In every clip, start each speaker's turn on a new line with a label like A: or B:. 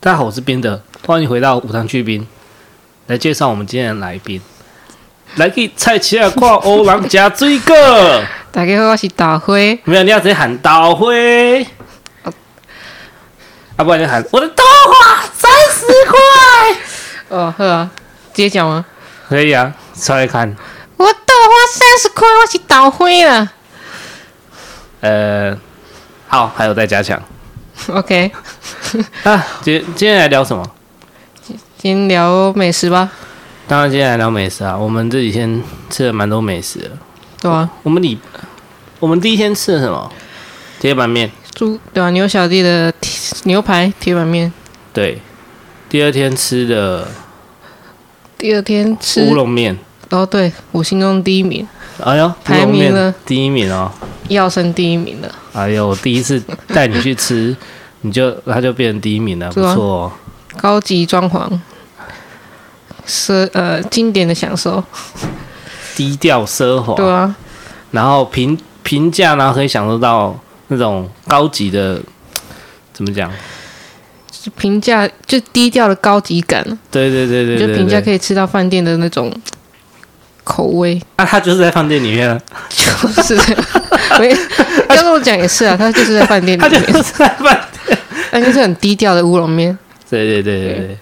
A: 大家好，我是宾德，欢迎回到武堂去宾，来介绍我们今天的来宾。来去菜市啊，看欧人食水果，
B: 大家好，我是大辉。
A: 没有你要直接喊刀灰，啊，不然你喊我的豆花啊三十块，
B: 哦，好啊，直接讲吗？
A: 可以啊，稍微看，
B: 我豆花三十块，我是大辉啦。
A: 呃，好，还有待加强
B: OK，
A: 啊。今今天来聊什么？
B: 先聊美食吧。
A: 当然今天来聊美食啊，我们这几天吃了蛮多美食的。
B: 对啊，
A: 我们里，我们第一天吃了什么？铁板面。
B: 猪对啊，牛小弟的铁牛排铁板面。
A: 对，第二天吃的
B: 第二天吃，
A: 乌龙面，
B: 哦对，我心中第一名，
A: 哎呦，乌
B: 排
A: 龙
B: 名
A: 面
B: 呢
A: 第一名哦！
B: 药生第一名了。
A: 哎呦，我第一次带你去吃， 你就他就变成第一名了，
B: 是
A: 不
B: 吗
A: 错哦。
B: 高级装潢，奢呃经典的享受。
A: 低调奢华，
B: 对啊，
A: 然后平平价，然后可以享受到那种高级的，怎么讲？
B: 就平价就低调的高级感，
A: 对对对对
B: 就
A: 对
B: 平价
A: 对
B: 可以吃到饭店的那种口味。
A: 啊，他就是在饭店里面啊了，
B: 就是这样，没要跟我讲也是啊，他就是在饭店里
A: 他就
B: 面，
A: 是在饭，
B: 他就是很低调的乌龙面。
A: 对对对对对。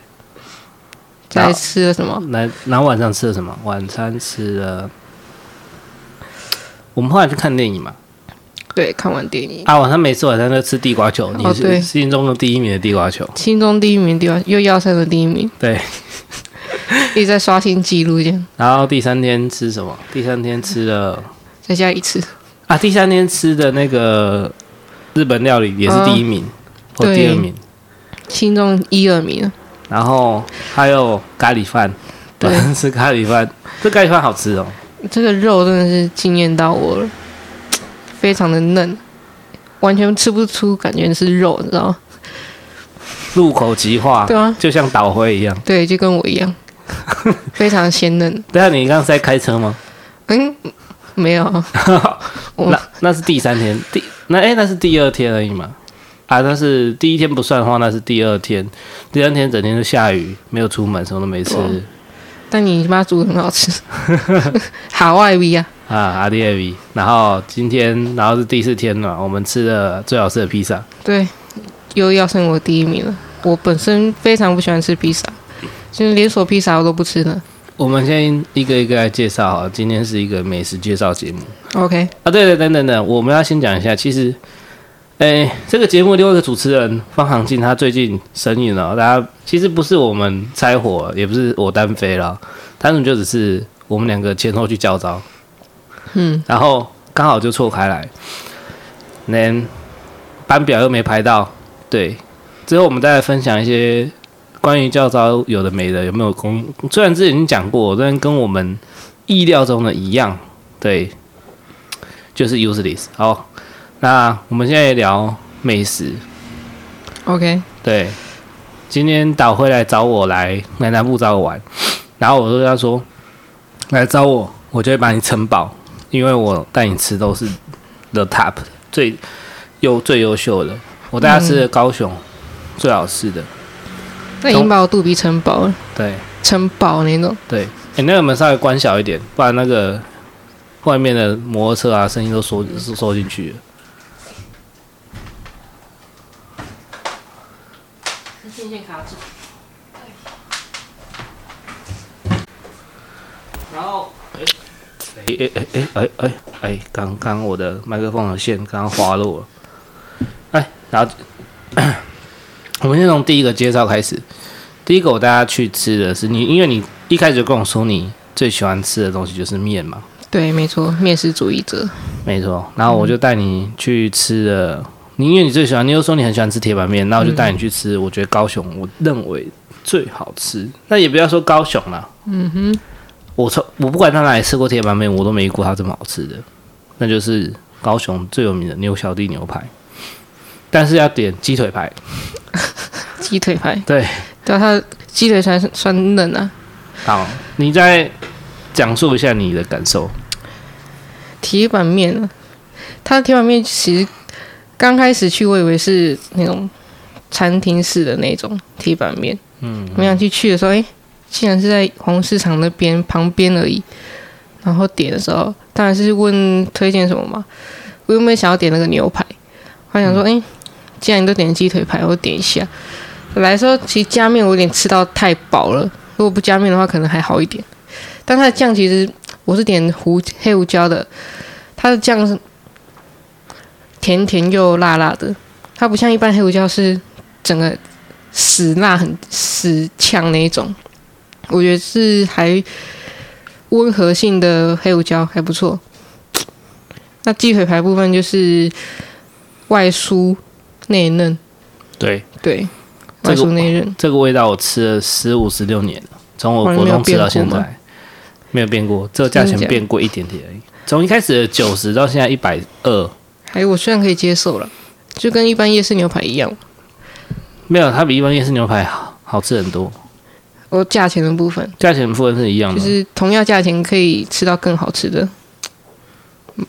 B: 再来吃了什么？
A: 那然后晚上吃了什么？晚餐吃了，我们后来去看电影嘛。
B: 对，看完电影，
A: 啊，晚上每次晚上都吃地瓜球，你
B: 哦
A: 是
B: 对
A: 心中的第一名的地瓜球，
B: 心中第一名地方又要三的第一名，
A: 对。
B: 一直在刷新记录，这样
A: 然后第三天吃什么？第三天吃了
B: 再加一次。
A: 啊，第三天吃的那个日本料理也是第一名，或、
B: 嗯对
A: 第二名。
B: 心中一二名，啊
A: 然后还有咖喱饭，
B: 对
A: 晚上吃咖喱饭，这咖喱饭好吃哦。
B: 这个肉真的是惊艳到我了，非常的嫩，完全吃不出感觉是肉，你知道吗？
A: 入口即化，
B: 对啊
A: 就像倒灰一样。
B: 对，就跟我一样，非常鲜嫩。
A: 对啊，你刚刚是在开车吗？
B: 嗯，没有，我
A: 那那是第三天，第那哎、那是第二天而已嘛。啊，那是第一天不算的话，那是第二天。第二天整天都下雨，没有出门，什么都没吃
B: 哇但你妈煮的很好吃， 海外 V 啊，
A: 啊。阿迪 A V，然后今天然后是第四天了，我们吃了最好吃的披萨，
B: 对，又要升我第一名了。我本身非常不喜欢吃披萨，就是连锁披萨我都不吃的。
A: 我们先一个一个来介绍好了，今天是一个美食介绍节目
B: OK，
A: 啊。对了，等等等，我们要先讲一下，其实，哎、这个节目另外一个主持人方行进，他最近生意了，大家其实不是我们拆伙，也不是我单飞了，单纯就只是我们两个前后去叫招，
B: 嗯，
A: 然后刚好就错开来，连班表又没排到，对。之后我们再来分享一些关于教招有的没的，有没有公？虽然之前已经讲过，但跟我们意料中的一样，对，就是 useless。好，那我们现在聊美食，
B: OK，
A: 对。今天导会来找我来来南部找我玩，然后我就跟他说，来找我，我就会把你撑饱，因为我带你吃都是 the top 最优最优秀的，我带他吃的高雄、最好吃的，
B: 那已经把我肚皮撑饱了，
A: 对
B: 撑饱那种。
A: 对，你、那个门稍微关小一点，不然那个外面的摩托车啊声音都收收收进去了。然后，哎哎哎哎哎哎哎，刚刚我的麦克风的线刚刚滑落了，哎，然后我们先从第一个介绍开始。第一个我带他去吃的是你，因为你一开始就跟我说你最喜欢吃的东西就是面嘛，
B: 对，没错，面食主义者。
A: 没错。然后我就带你去吃了，你因为你最喜欢，你又说你很喜欢吃铁板面，那我就带你去吃。我觉得高雄我认为最好吃，那也不要说高雄啦，
B: 嗯哼，
A: 我从我不管在哪里吃过铁板面，我都没过它这么好吃的，那就是高雄最有名的牛小弟牛排，但是要点鸡腿排，
B: 鸡腿排，
A: 对。
B: 对啊，它的鸡腿才算嫩啊。
A: 好，你再讲述一下你的感受。
B: 铁板面啊，它的铁板面其实刚开始去我以为是那种餐厅式的那种铁板面。嗯，没想去去的时候，哎、竟然是在红市场那边旁边而已。然后点的时候，当然是问推荐什么嘛。我原本想要点那个牛排，我还想说，哎、既然你都点鸡腿排，我点一下。来的时候，其实加面我有点吃到太饱了，如果不加面的话，可能还好一点。但它的酱其实我是点胡黑胡椒的，它的酱是甜甜又辣辣的，它不像一般黑胡椒是整个死辣很死呛那一种，我觉得是还温和性的黑胡椒还不错。那鸡腿排部分就是外酥内嫩，
A: 对，
B: 对，
A: 这
B: 外
A: 个
B: 酥内嫩。
A: 这个味道我吃了十五十六年了，从我
B: 哇
A: 国
B: 你没有
A: 中吃到现
B: 变过吗
A: 在，没有变过，只有价钱
B: 真的假的
A: 变过一点点而已。从一开始的九十到现在一百二，
B: 还有我虽然可以接受了，就跟一般夜市牛排一样，
A: 没有，它比一般夜市牛排好好吃很多，
B: 我价钱的部分
A: 价钱部分是一样
B: 就
A: 的，
B: 是同样价钱可以吃到更好吃的。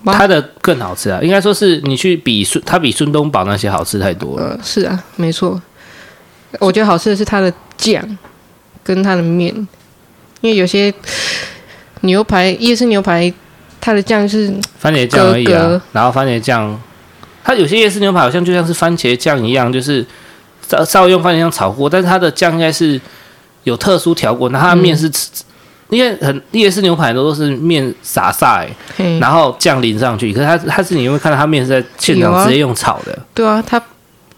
B: 哇
A: 它的更好吃啊，应该说是你去比顺，它比孙东宝那些好吃太多了。
B: 呃，是啊，没错。我觉得好吃的是它的酱跟它的面，因为有些牛排夜市牛排，它的酱是
A: 番茄酱而已
B: 格
A: 啊
B: 格，
A: 然后番茄酱，它有些夜市牛排好像就像是番茄酱一样，就是稍稍微用番茄酱炒过，但是它的酱应该是有特殊调过，那它的面是吃。因为很夜市牛排很多都是面撒撒、欸，
B: 嘿，
A: 然后酱淋上去。可是它它是你会看到它面是在现
B: 有
A: 场
B: 啊
A: 直接用炒的，
B: 对啊，它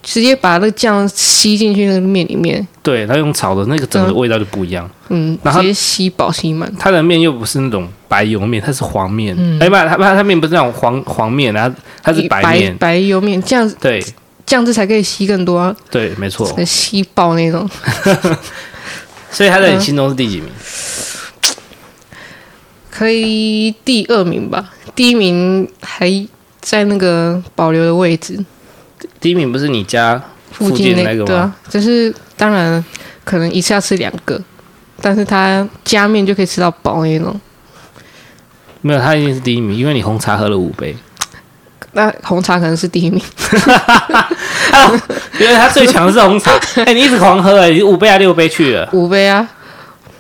B: 直接把那个酱吸进去那个面里面，
A: 对，然后用炒的那个整个味道就不一样。
B: 嗯，
A: 然后
B: 直接吸饱吸满。
A: 它的面又不是那种白油面，它是黄面。哎、不，它它它面不是那种黄黄面，然后它是白面。
B: 白油面，这样
A: 对
B: 这样子才可以吸更多、啊，
A: 对，没错。
B: 能吸爆那种。
A: 所以它在你心中是第几名？
B: 可以第二名吧，第一名还在那个保留的位置
A: 第一名不是你家附近
B: 那
A: 那个
B: 对
A: 吗？
B: 啊，只是当然可能一次要吃两个，但是它加面就可以吃到饱那种。
A: 没有，它一定是第一名，因为你红茶喝了五杯。
B: 那红茶可能是 第一名，
A: 因为它最强的是 红茶。哎、你一直狂喝、哎，你五杯还六杯去了，
B: 五杯啊，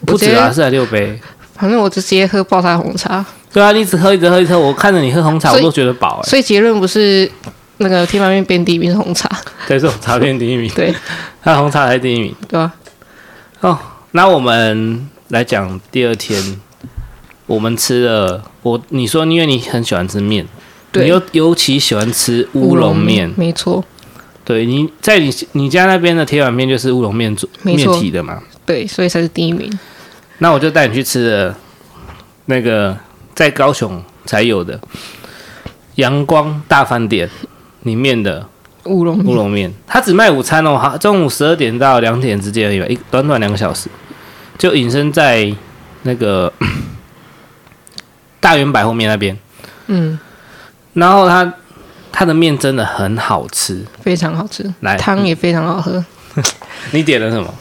A: 不止啊，
B: 我直
A: 是还六杯。
B: 反正我就直接喝爆它的红茶。
A: 对啊，你一直喝，一直喝，一直喝。我看着你喝红茶，
B: 所
A: 我
B: 以
A: 都觉得饱、哎，
B: 所以结论不是那个天马面变第一名是红茶，
A: 对，是红茶变第一 名，
B: 对
A: 那红茶才第一名。
B: 对啊吧、
A: 哦，那我们来讲第二天，我们吃了我你说，因为你很喜欢吃面，
B: 对
A: 你又尤其喜欢吃乌龙面，
B: 没错，
A: 对你在你你家那边的铁板面就是乌龙面做
B: 没
A: 面
B: 错
A: 体的嘛，
B: 对，所以才是第一名。
A: 那我就带你去吃了那个在高雄才有的阳光大饭店里面的
B: 乌龙
A: 乌
B: 面，
A: 龙面，它只卖午餐哦，好，中午十二点到两点之间而已吧，一短短两个小时，就隐身在那个大圆百后面那边。
B: 嗯，
A: 然后它它的面真的很好吃，
B: 非常好吃，
A: 来
B: 汤也非常好喝。
A: 你点了什么？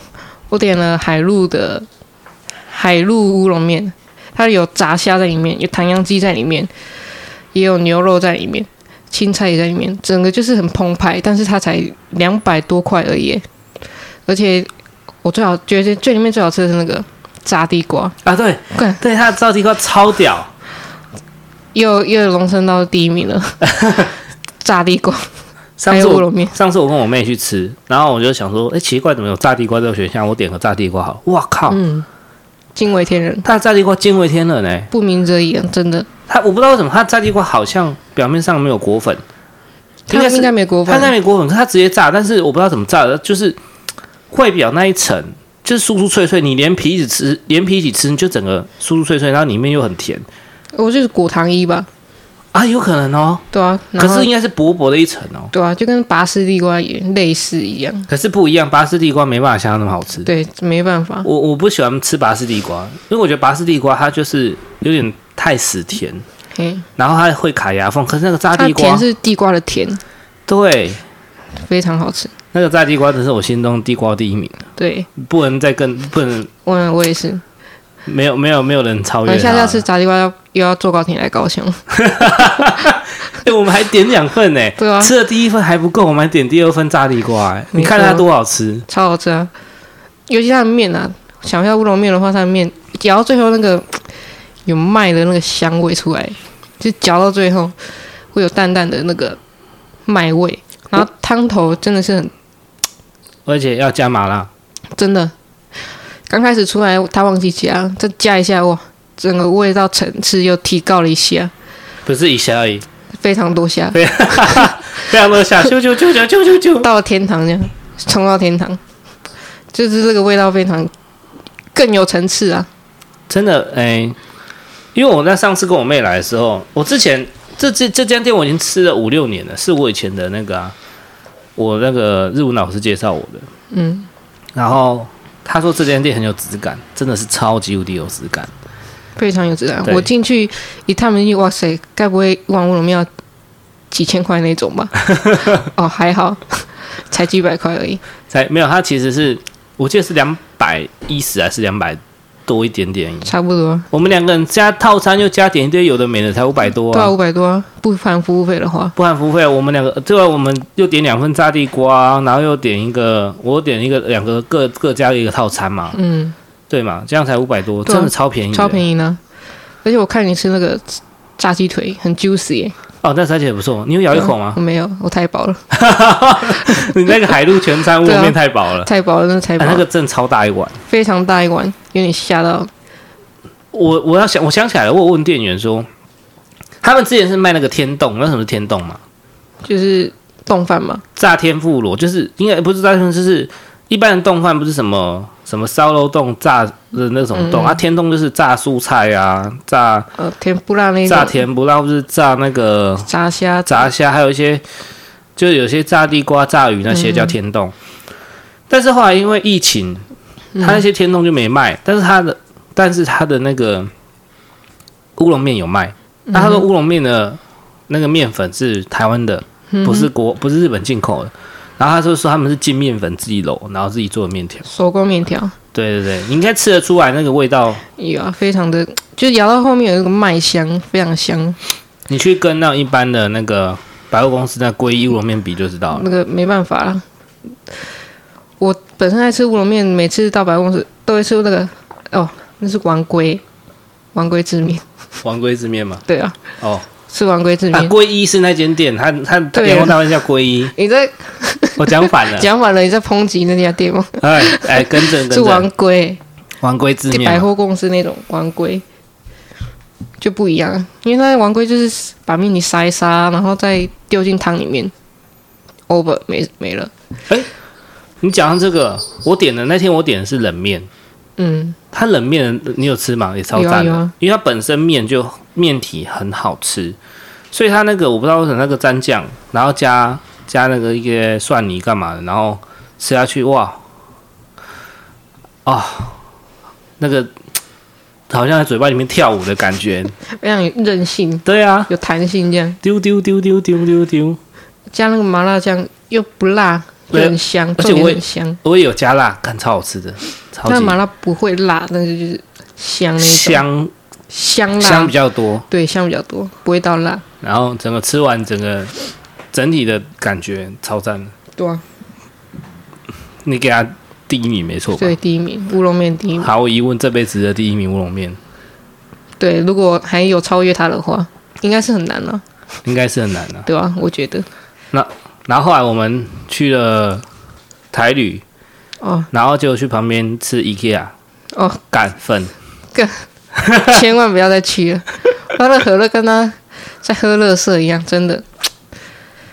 B: 我点了海陆的海陆乌龙面，它有炸虾在里面，有糖洋鸡在里面，也有牛肉在里面，青菜也在里面，整个就是很澎湃。但是它才两百多块而已耶，而且我最好觉得最里面最好吃的是那个炸地瓜，
A: 啊，对
B: 干，
A: 对，它的烧地瓜超屌，
B: 又又荣升到第一名 了，炸地瓜
A: 上
B: 还
A: 次
B: 有乌
A: 我
B: 龙面，
A: 上次我跟我妹去吃，然后我就想说，哎、奇怪，怎么有炸地瓜这个选项？我点个炸地瓜好了。哇靠，
B: 嗯，惊为天人，
A: 它的炸地瓜惊为天人呢、
B: 不鸣则已啊，真的。
A: 它我不知道为什么，它炸地瓜好像表面上没有裹粉，
B: 它
A: 应该是
B: 应该没锅
A: 它
B: 饭，
A: 那边裹粉，可是它直接炸，但是我不知道怎么炸的，就是外表那一层就是酥酥脆脆，你连皮一起吃，连皮一起吃，你就整个酥酥脆脆，然后里面又很甜
B: 我就是果糖衣吧，
A: 啊，有可能哦，
B: 对啊，然
A: 可
B: 后
A: 是应该是薄薄的一层哦，
B: 对啊，就跟拔丝地瓜也类似一样，
A: 可是不一样，拔丝地瓜没办法像它那么好吃。
B: 对，没办法，
A: 我我不喜欢吃拔丝地瓜，因为我觉得拔丝地瓜它就是有点太死甜，
B: 嘿，
A: 然后它会卡牙缝。可是那个炸
B: 它
A: 地瓜
B: 甜，是地瓜的甜，
A: 对，
B: 非常好吃，
A: 那个炸地瓜只是我心中地瓜第一名，
B: 对
A: 不能再更不能
B: 我我也是，
A: 没有没有没有人超
B: 我
A: 越
B: 们
A: 它
B: 下次要吃
A: 了。
B: 炸地瓜要又要坐高铁来高雄，
A: 哎、我们还点两份呢、
B: 对啊，
A: 吃了第一份还不够，我们还点第二份炸地瓜、哎，
B: 没错
A: 你看它多好吃，
B: 超好吃啊！尤其它的面啊，想要乌龙面的话，它的面嚼到最后那个有麦的那个香味出来，就嚼到最后会有淡淡的那个麦味，然后汤头真的是很
A: 而且要加麻辣，
B: 真的。刚开始出来，他忘记加，再加一下哇，整个味道层次又提高了一下，
A: 不是一下而已，
B: 非常多下，
A: 非常非常多下，啾啾啾啾啾啾啾，
B: 到了天堂这样，冲到天堂，就是这个味道非常更有层次啊。
A: 真的哎、因为我在上次跟我妹来的时候，我之前这这这家店我已经吃了五六年了，是我以前的那个啊，我那个日文老师介绍我的，
B: 嗯，
A: 然后他说这间店很有质感，真的是超级无敌有质感。
B: 非常有质感。
A: 对
B: 我进去一探门去，哇塞，该不会万物荣耀几千块那种吧？哦，还好，才几百块而已。
A: 才没有，它其实是我记得是两百一十还是两百多一点点。
B: 差不多，
A: 我们两个人加套餐又加点一堆有的没的，才五百多
B: 多少
A: 啊！
B: 五百多、啊，不含服务费的话，
A: 不含服务费，我们两个对啊，我们又点两份炸地瓜，然后又点一个，我点一个两个各各加一个套餐嘛，
B: 嗯，
A: 对嘛？这样才五百多，
B: 对啊
A: 真的超便宜的，
B: 超
A: 宜
B: 便宜呢。而且我看你吃那个炸鸡腿很 juicy，耶、
A: 哦！但而且不错，你有咬一口吗
B: 我？没有，我太饱了，
A: 你 那个海陆全餐
B: 嗯 对啊
A: 窝面太饱了，
B: 太饱了，真的太
A: 哎
B: 饱了、
A: 那个真的超大一碗。
B: 非常大一碗，有点吓到。
A: 我我要想我想起来了，我有问店员说，他们之前是卖那个天冻，那什么是天冻嘛？
B: 就是冻饭嘛，
A: 炸天妇罗，就是应该不是炸天妇罗，就是一般的冻饭不是什么什么烧肉冻炸的那种冻、
B: 嗯
A: 啊，天冻就是炸蔬菜啊，炸
B: 呃，甜不辣那种
A: 炸甜不辣，或是炸那个
B: 炸虾
A: 炸虾，还有一些就是有些炸地瓜、炸鱼那些叫天冻。但是后来因为疫情，他那些天冻就没卖，但是他的但是他的那个乌龙面有卖，那他说乌龙面的那个面粉是台湾的，不是国不是日本进口的。然后他就说他们是进面粉自己揉，然后自己做的面条。
B: 手工面条，
A: 对对对，你应该吃得出来那个味道。
B: 有啊，非常的，就咬到后面有一个麦香，非常香，
A: 你去跟那一般的那个百货公司那龟一乌龙面比就知道了。
B: 那个没办法啦。我本身爱吃乌龙面，每次到百货公司都会吃那个，哦，那是王龟，王龟之面，
A: 王龟之面嘛，
B: 对啊，
A: 哦，
B: 是王龟之
A: 啊，
B: 面。
A: 皈依是那间店，他他他
B: 对啊
A: 员工大会叫皈 依，
B: 你在
A: 我讲反了，
B: 讲反了，你在抨击那家店吗？
A: 哎哎，更正
B: 是
A: 更
B: 王
A: 正，
B: 龟，
A: 王龟之面
B: 百
A: 嘛，
B: 货公司那种王龟就不一样啊，因为它的王龟就是把面你杀一杀，然后再丢进汤里面，over 没没了。
A: 你讲到这个，我点的那天我点的是冷面，
B: 嗯，
A: 它冷面你有吃吗？也超
B: 有啊
A: 赞的，
B: 有啊
A: 因为它本身面就面体很好吃，所以它那个我不知道为什么那个蘸酱，然后加加那个一些蒜泥干嘛的，然后吃下去哇，啊、那个好像在嘴巴里面跳舞的感觉，
B: 非常有韧性，
A: 对啊，
B: 有弹性，这样
A: 丢丢丢丢丢丢丢。
B: 加那个麻辣酱又不辣，又
A: 对
B: 很香，
A: 而且
B: 重点
A: 我也
B: 很香。
A: 我也有加辣，看超好吃的，超
B: 那麻
A: 级
B: 辣不会辣，但是就是香那种
A: 香
B: 香辣，
A: 香比较多，
B: 对香比较多，不会到辣。
A: 然后整个吃完整个整体的感觉超赞的。
B: 对啊，
A: 你给他第一名没错吧
B: 对？第一名乌龙面第一名。
A: 毫无疑问，这辈子的第一名乌龙面
B: 对，如果还有超越它的话，应该是很难了、
A: 应该是很难的、
B: 对吧、我觉得
A: 然后后来我们去了台旅，
B: 哦，
A: 然后就去旁边吃 IKEA
B: 哦，
A: 干粉，
B: 千万不要再去了，他的可乐跟他在喝乐色一样，真的，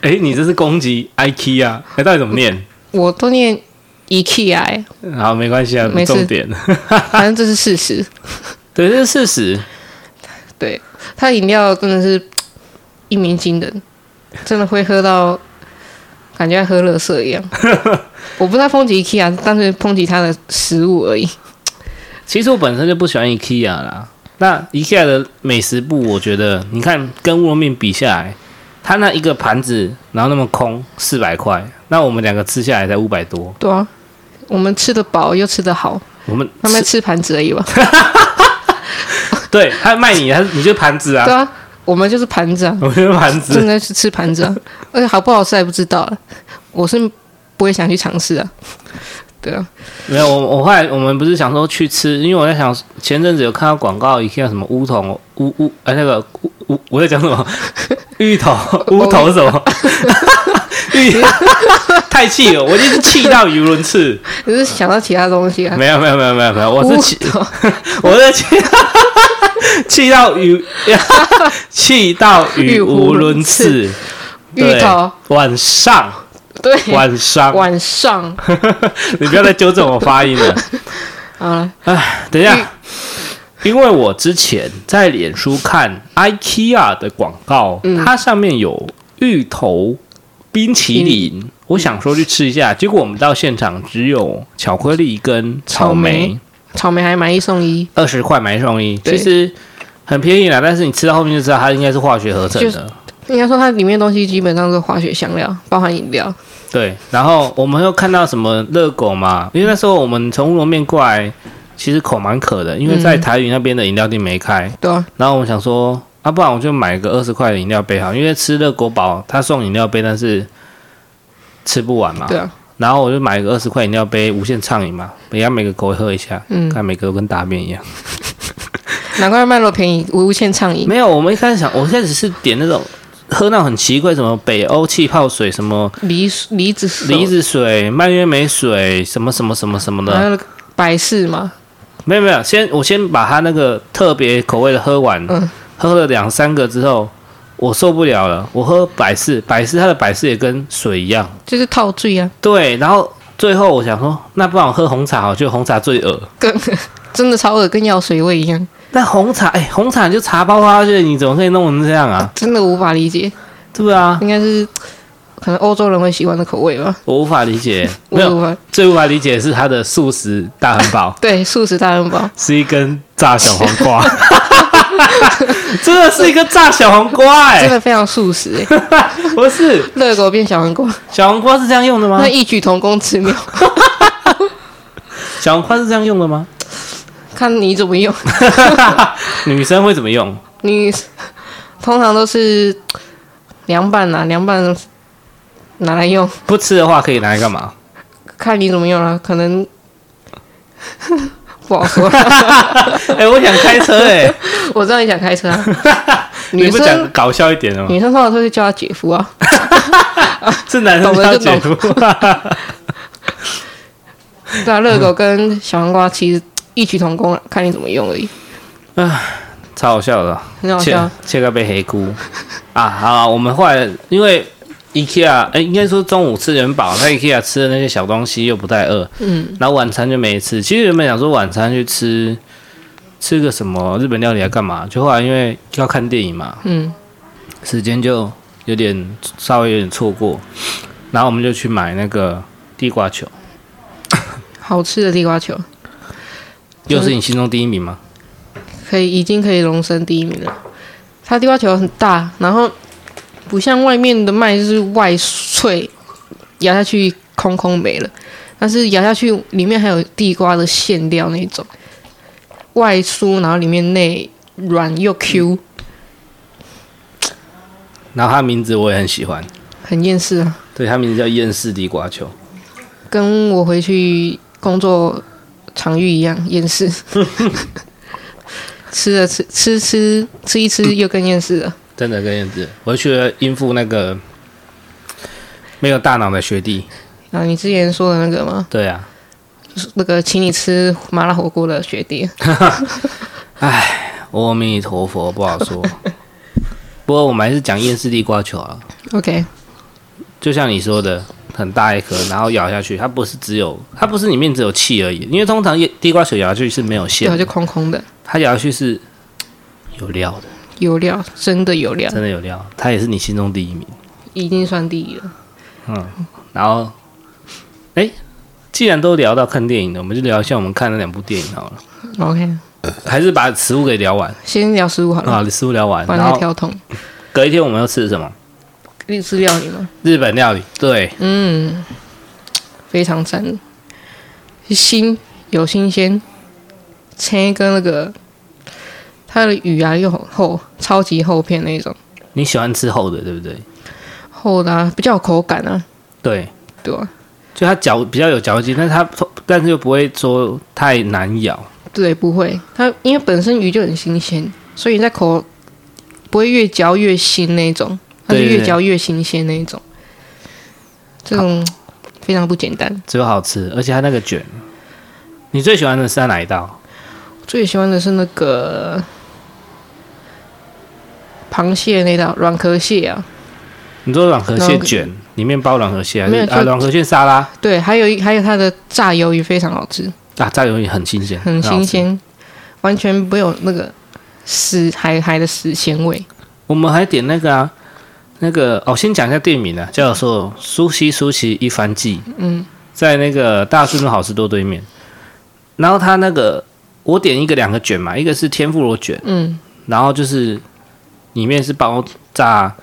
A: 哎，你这是攻击 IKEA，哎，到底怎么念？
B: 我都念 IKEA，欸
A: 好，没关系啊，
B: 没
A: 不
B: 事
A: 重点。
B: 反正这是事实。
A: 对，这是事实。
B: 对，他饮料真的是一鸣惊人，真的会喝到感觉在喝乐色一样。我不是在抨击 IKEA，但是抨击他的食物而已。
A: 其实我本身就不喜欢 IKEA 啦。那 IKEA 的美食部，我觉得你看跟乌龙面比下来，它那一个盘子然后那么空，四百块，那我们两个吃下来才五百多。
B: 对啊，我们吃得饱又吃得好，
A: 我们
B: 他们在吃盘子而已吧？
A: 对他卖你，他你就盘子啊
B: 对，啊，我们就是盘子啊，
A: 我觉得盘 子
B: 真的是吃盘子啊，而且好不好吃还不知道了，啊我是不会想去尝试啊。对啊，
A: 没有，我我后来我们不是想说去吃，因为我在想前阵子有看到广告，一个什么乌头乌乌哎那个乌乌我在讲什么 芋头乌头什么 芋 太气了，我已经气到语无伦次。
B: 你是想到其他东西啊？
A: 没有没有没有没有没有，我是气
B: 乌头
A: 我是气气到语 气到语无伦次。
B: 芋
A: 对
B: 头，
A: 晚上
B: 对，
A: 晚上，
B: 晚上
A: 你不要再纠正我发音 了。
B: 好了，
A: 等一下，因为我之前在脸书看 IKEA 的广告，它上面有芋头冰淇淋，我想说去吃一下，结果我们到现场只有巧克力跟草
B: 草
A: 莓
B: 莓，草莓还买一送一，
A: 二十块买一送一，
B: 对
A: 其实很便宜啦。但是你吃到后面就知道它应该是化学合成
B: 就是
A: 的。
B: 应该说它里面的东西基本上是化学香料，包含饮料。
A: 对，然后我们又看到什么热狗嘛，因为那时候我们从乌龙面过来，其实口蛮渴的，因为在
B: 嗯
A: 台云那边的饮料店没开。
B: 对啊，
A: 然后我们想说，啊，不然我就买个二十块的饮料杯好，因为吃热狗堡他送饮料杯，但是吃不完嘛。
B: 对啊，
A: 然后我就买个二十块饮料杯，无限畅饮嘛，人家每个口味喝一下，
B: 嗯
A: 看每个都跟大便一样。
B: 难怪卖肉便宜，无限畅饮。
A: 没有，我们一开始想，我一开始是点那种喝那种很奇怪，什么北欧气泡水，什么
B: 梨梨子手
A: 梨，子水、蔓越莓水，什么什么什么什么的。
B: 还有百事嘛，
A: 没有没有，先我先把它那个特别口味的喝完，
B: 嗯
A: 喝了两三个之后，我受不了了，我喝百事，百事它的百事也跟水一样，
B: 就是套醉啊，
A: 对，然后最后我想说，那不然我喝红茶好，就红茶最恶。
B: 跟 真的超恶，跟药水味一样，
A: 那红茶，哎、红茶你就茶包花去，你怎么可以弄成这样啊？
B: 真的无法理解，
A: 对啊，
B: 应该是可能欧洲人会喜欢的口味吧。
A: 我无法理解。
B: 我
A: 没
B: 也
A: 有，
B: 无法
A: 最无法理解的是它的素食大汉 堡
B: 对素食大汉堡，
A: 是一根炸小黄 瓜，真的是一个炸小黄瓜、
B: 真
A: 哎，
B: 的非常素食欸
A: 不是
B: 热狗变小黄瓜，
A: 小黄瓜是这样用的吗
B: 那？异曲同工之 妙，
A: 小黄瓜是这样用的吗？
B: 看你怎么用。
A: 女生会怎么用？
B: 你通常都是凉拌呐、啊，凉拌拿来用，
A: 不吃的话可以拿来干嘛？
B: 看你怎么用了、啊可能 不好说。
A: 哎、我想开车哎、
B: 我知道你想开车、啊，
A: 你
B: 女
A: 不讲嗯
B: 生
A: 搞笑一点的吗？
B: 女生通常都会叫她姐夫啊，
A: 是男生
B: 懂
A: 要
B: 了就
A: 解
B: 懂
A: 读，
B: 对啊，
A: 嗯
B: 热狗跟小黄瓜其实异曲同工啊，看你怎么用而已，
A: 超好笑的，
B: 很好
A: 切
B: 笑。
A: 切个被黑菇啊！好啊我们后来因为 IKEA，哎、应该说中午吃人饱，在 IKEA 吃的那些小东西又不太饿，
B: 嗯，
A: 然后晚餐就没吃。其实原本想说晚餐去吃吃个什么日本料理来干嘛，就后来因为要看电影嘛，
B: 嗯，
A: 时间就有点稍微有点错过，然后我们就去买那个地瓜球，
B: 好吃的地瓜球
A: 又是你心中第一名吗？
B: 可以已经可以荣升第一名了。它地瓜球很大，然后不像外面的麦就是外脆，咬下去空空没了，但是咬下去里面还有地瓜的馅料那种，外酥然后里面内软又 Q，
A: 然后它名字我也很喜欢，
B: 很厌世啊。
A: 对，它名字叫厌世地瓜球。
B: 跟我回去工作场域一样厌世，吃了吃吃吃吃一吃又更厌世了。
A: 真的跟燕子，我去了应付那个没有大脑的学弟。
B: 然后啊你之前说的那个吗？
A: 对啊，
B: 那个请你吃麻辣火锅的学弟，
A: 阿弥陀佛，不好说。不过我们还是讲厌世地瓜球啊，
B: OK，
A: 就像你说的，很大一颗，然后咬下去，它不是只有它不是里面只有气而已，因为通常椰地瓜球咬下去是没有馅
B: 然后
A: 的，
B: 就空空的，
A: 它咬下去是有料的，
B: 有料，真的有料，
A: 真的有料，它也是你心中第一名。
B: 已经算第一了。
A: 然后，哎，既然都聊到看电影了，我们就聊一下我们看的两部电影好了，
B: OK，
A: 还是把食物给聊完。
B: 先聊食物好了，
A: 啊，食物聊完，
B: 不然
A: 然
B: 太
A: 后
B: 跳痛。
A: 隔一天我们要吃什么？
B: 日式料理吗？
A: 日本料理，对，
B: 嗯，非常赞，新有新鲜，青跟那个它的鱼啊又很厚，超级厚片那种，
A: 你喜欢吃厚的，对不对？
B: 厚的啊，比较有口感啊，
A: 对，
B: 对啊，
A: 就它嚼比较有嚼劲，但是它但是又不会说太难咬。
B: 对，不会，它因为本身鱼就很新鲜，所以在口不会越嚼越腥那种，它是
A: 对对
B: 越
A: 对
B: 嚼越新鲜那种，这种非常不简单。
A: 只有好吃，而且它那个卷。你最喜欢的是它哪一道？
B: 最喜欢的是那个螃蟹那道软壳蟹啊，
A: 你说软壳
B: 那
A: 蟹
B: 个
A: 卷里面包软壳蟹，还
B: 没
A: 是
B: 有就
A: 啊软壳蟹沙拉
B: 对，还有一还有它的炸鱿鱼非常好吃，
A: 啊？炸鱿鱼很新鲜，
B: 很
A: 好
B: 新
A: 吃。
B: 鲜，完全不会有那个死海海的死咸味。
A: 我们还点那个啊，那个哦，先讲一下店名啊，叫做苏西苏西一番记，嗯，在那个大顺路好吃多对面。然后它那个我点一个两个卷嘛，一个是天妇罗卷，
B: 嗯，
A: 然后就是里面是包炸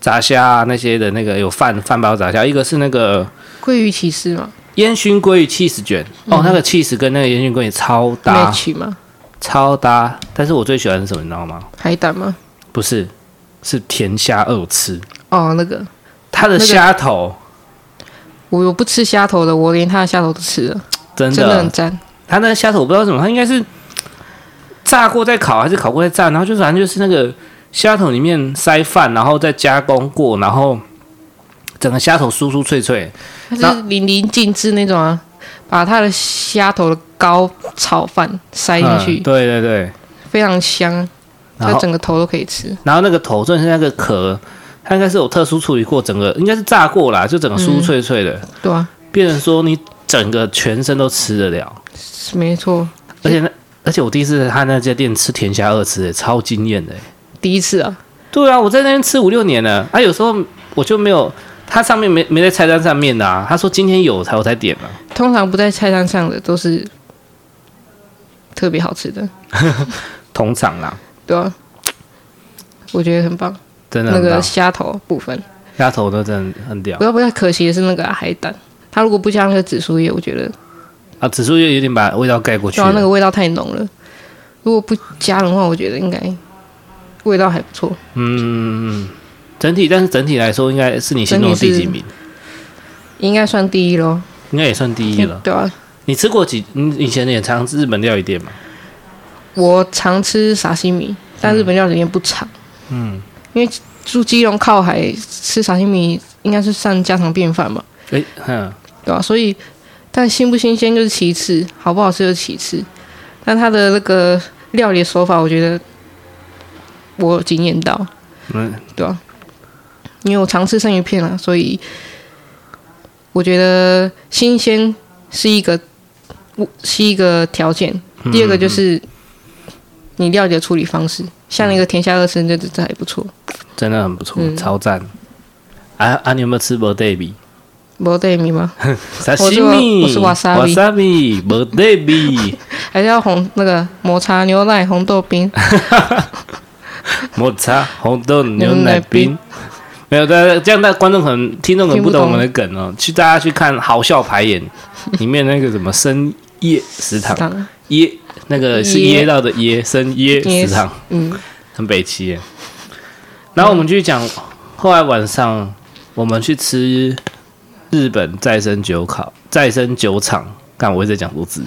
A: 炸虾、啊、那些的那个有饭饭包炸虾，一个是那个
B: 鲑鱼起司嘛
A: 烟熏鲑鱼 cheese 卷，哦，那个 cheese 跟那个烟熏鲑鱼超搭，
B: ，match 嘛，
A: 超搭。但是我最喜欢的是什么，你知道吗？
B: 海胆嘛，
A: 不是，是甜虾二吃，
B: 哦，那个
A: 它的
B: 那个
A: 虾头、
B: 我我不吃虾头的，我连它的虾头都吃了，
A: 真
B: 真的很
A: 的，
B: 赞。
A: 它那个虾头我不知道是什么，它应该是炸过再烤，还是烤过再炸，然后就反正就是那个虾头里面塞饭，然后再加工过，然后整个虾头酥酥脆脆，
B: 它是淋漓尽致那种啊，把它的虾头的膏炒饭塞进去，
A: 嗯对对对，
B: 非常香，
A: 然
B: 它
A: 后
B: 整个头都可以吃。
A: 然后那个头，真的是那个壳，它应该是有特殊处理过，整个应该是炸过啦，就整个酥脆脆的，
B: 对啊，
A: 变成说你整个全身都吃得了。
B: 是没错，
A: 而且那而且我第一次在他那家店吃甜虾二吃、欸，超惊艳的、欸。
B: 第一次啊，
A: 对啊，我在那边吃五六年了，啊，有时候我就没有，它上面没没在菜单上面的、啊，他说今天有才我才点啊嘛、
B: 通常不在菜单上的都是特别好吃的，
A: 同场啦，
B: 对啊，我觉得很棒。
A: 真的
B: 那
A: 很
B: 个
A: 棒，
B: 虾头部分，
A: 鸭头都真的很屌
B: 不要不要，可惜的是那个啊海胆，它如果不加那个紫苏叶，我觉得
A: 啊，紫苏又有点把味道盖过去
B: 对啊，那
A: 了
B: 个。味道太浓了。如果不加的话，我觉得应该味道还不错。
A: 嗯，整体但是整体来说，应该是你心中的
B: 整体
A: 第
B: 是
A: 几名？
B: 应该算第一喽。
A: 应该也算第一了。
B: 对啊，
A: 你吃过几？你以前也常吃日本料理店嘛？
B: 我常吃沙西米，但日本料理店不常。嗯，因为住基隆靠海，吃沙西米应该是算家常便饭吧，
A: 诶，哼，
B: 对吧、所以，但新不新鲜就是其次，好不好吃就是其次。但它的那个料理手法，我觉得我有惊艳到，
A: 嗯，
B: 对啊，因为我常吃生鱼片啊，所以我觉得新鲜是一个是一个条件，
A: 嗯
B: 第二个就是你料理的处理方式，像
A: 嗯
B: 那个甜虾二吃，这这还不错。
A: 真的很不错，
B: 嗯
A: 超赞。啊啊，你有没有吃 b o d a b y
B: 没带米 吗？
A: 沙
B: 我
A: 西
B: 是
A: 米？
B: 我是 wasabi
A: wasabi b o d a b y
B: 还是要红那个抹茶牛奶红豆 冰？
A: 抹茶红豆牛奶冰。没有，但这样大家观众可能、听众可能不懂我
B: 听不懂
A: 们的梗哦。去大家去看《好笑排演》里面那个什么深夜食堂，
B: 糖，
A: 噎那个是
B: 噎
A: 噎到的噎，深噎食堂。
B: 嗯，
A: 很北齐耶。然后我们继续讲，后来晚上我们去吃日本再生酒烤再生酒厂，干我一直在讲多字，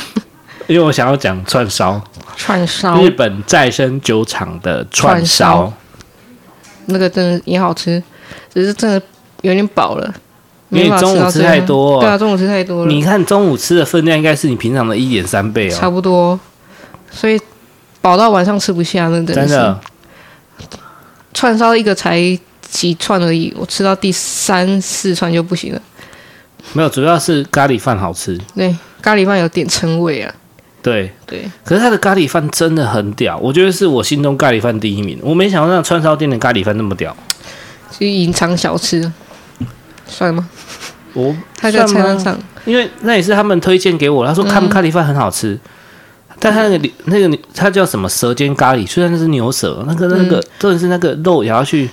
A: 因为我想要讲串烧，
B: 串烧
A: 日本再生酒厂的串
B: 串
A: 烧，
B: 那个真的也好吃，只是真的有点饱了。
A: 因为
B: 没办法
A: 中午
B: 到
A: 吃
B: 这
A: 太
B: 样
A: 多
B: 对啊，中午吃太多了。
A: 你看中午吃的分量应该是你平常的一点三倍
B: 差
A: 哦，
B: 不多，所以饱到晚上吃不下，那真的
A: 真
B: 是
A: 的
B: 串烧一个才几串而已，我吃到第三四串就不行了。
A: 没有，主要是咖喱饭好吃，
B: 对，咖喱饭有点撑胃啊。
A: 对，
B: 对，
A: 可是它的咖喱饭真的很屌，我觉得是我心中咖喱饭第一名，我没想到那串烧店的咖喱饭那么屌，
B: 去隐藏小吃，算吗？
A: 我
B: 它在
A: 算
B: 菜
A: 吗
B: 单上，
A: 因为那也是他们推荐给我，他说他
B: 嗯
A: 们咖喱饭很好吃，但他那个里那个他叫什么舌尖咖喱，虽然那是牛舌，那个那
B: 嗯
A: 个真的是那个肉咬下去，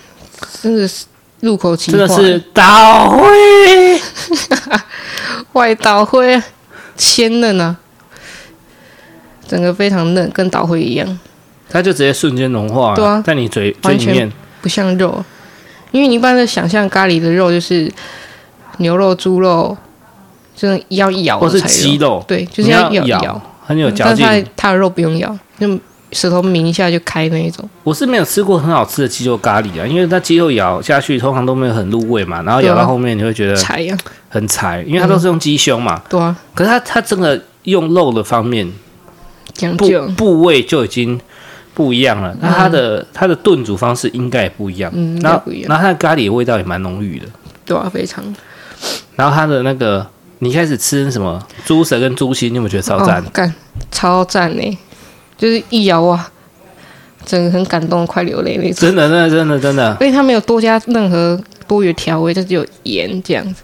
B: 真的是入口即
A: 真
B: 化，
A: 的是倒灰，
B: 外岛灰啊鲜嫩啊，整个非常嫩，跟岛灰一样。
A: 它就直接瞬间融化了，
B: 对啊
A: 在你嘴嘴里
B: 完
A: 面
B: 全，不像肉，因为你一般的想象咖喱的肉就是牛肉、猪肉，就是要咬
A: 或
B: 的
A: 是
B: 才
A: 鸡
B: 有，
A: 肉，
B: 对，就是
A: 你
B: 要
A: 要
B: 咬
A: 咬很有嚼
B: 但是
A: 劲。
B: 它它的肉不用咬，就舌头抿一下就开那一种。
A: 我是没有吃过很好吃的鸡肉咖喱啊，因为它鸡肉咬下去通常都没有很入味嘛，然后咬
B: 对
A: 到
B: 啊
A: 后面你会觉得
B: 柴呀、
A: 很柴，因为它都是用鸡胸嘛。
B: 对啊，
A: 可是它它这个用肉的方面
B: 讲
A: 部
B: 究，
A: 部位就已经不一样了，那它的、它的炖煮方式应该也不一样。
B: 嗯，
A: 然
B: 应该
A: 后
B: 不一样，
A: 然后它的咖喱味道也蛮浓郁的，
B: 对啊，非常。
A: 然后它的那个你一开始吃什么猪舌跟猪心，你有没有觉得超赞？
B: 哦干、超赞呢、就是一咬哇，整个很感动，快流泪那种。
A: 真的，真的，真的，真的，
B: 所以它没有多加任何多余调味，就只有盐这样子，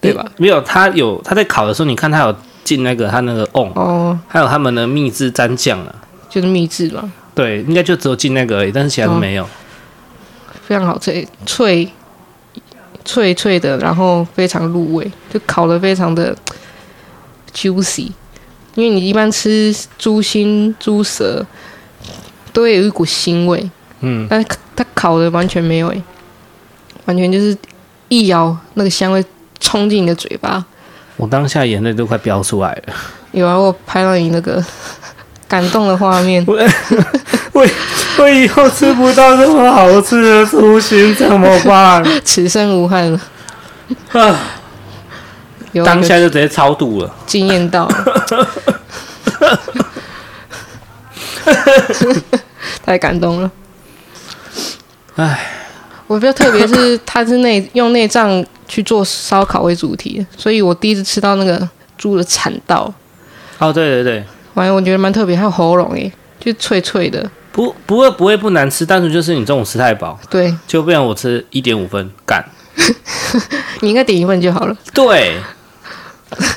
B: 对吧？
A: 没有，它有它在烤的时候，你看它有进那个它那个瓮，
B: 哦，
A: 还有他们的秘制蘸酱啊。
B: 就是秘制嘛，
A: 对，应该就只有进那个而已，但是其他都没有。
B: 非常好吃，脆脆脆的，然后非常入味，就烤的非常的 juicy。因为你一般吃猪心、猪舌，都会有一股腥味，
A: 嗯，
B: 但是它烤的完全没有、欸，完全就是一咬那个香味冲进你的嘴巴。
A: 我当下眼泪都快飙出来 了。
B: 有啊，我拍到你那个 感动的画 面，
A: 我我以后吃不到这么好吃的猪心怎么办？
B: 此生无憾了。有
A: 啊当
B: 有
A: 下就直接超度了。
B: 惊艳 到了，太感动了。唉，我比较特别是它是内用内脏去做烧烤为主题的，所以我第一次吃到那个猪的产道，
A: 哦，对对对，
B: 完了我觉得蛮特别，还有喉咙诶，就脆脆的，
A: 不不会不会不难吃，单纯就是你中午吃太饱，
B: 对
A: 就不然我吃一点五分干。
B: 你应该点一份就好了，
A: 对，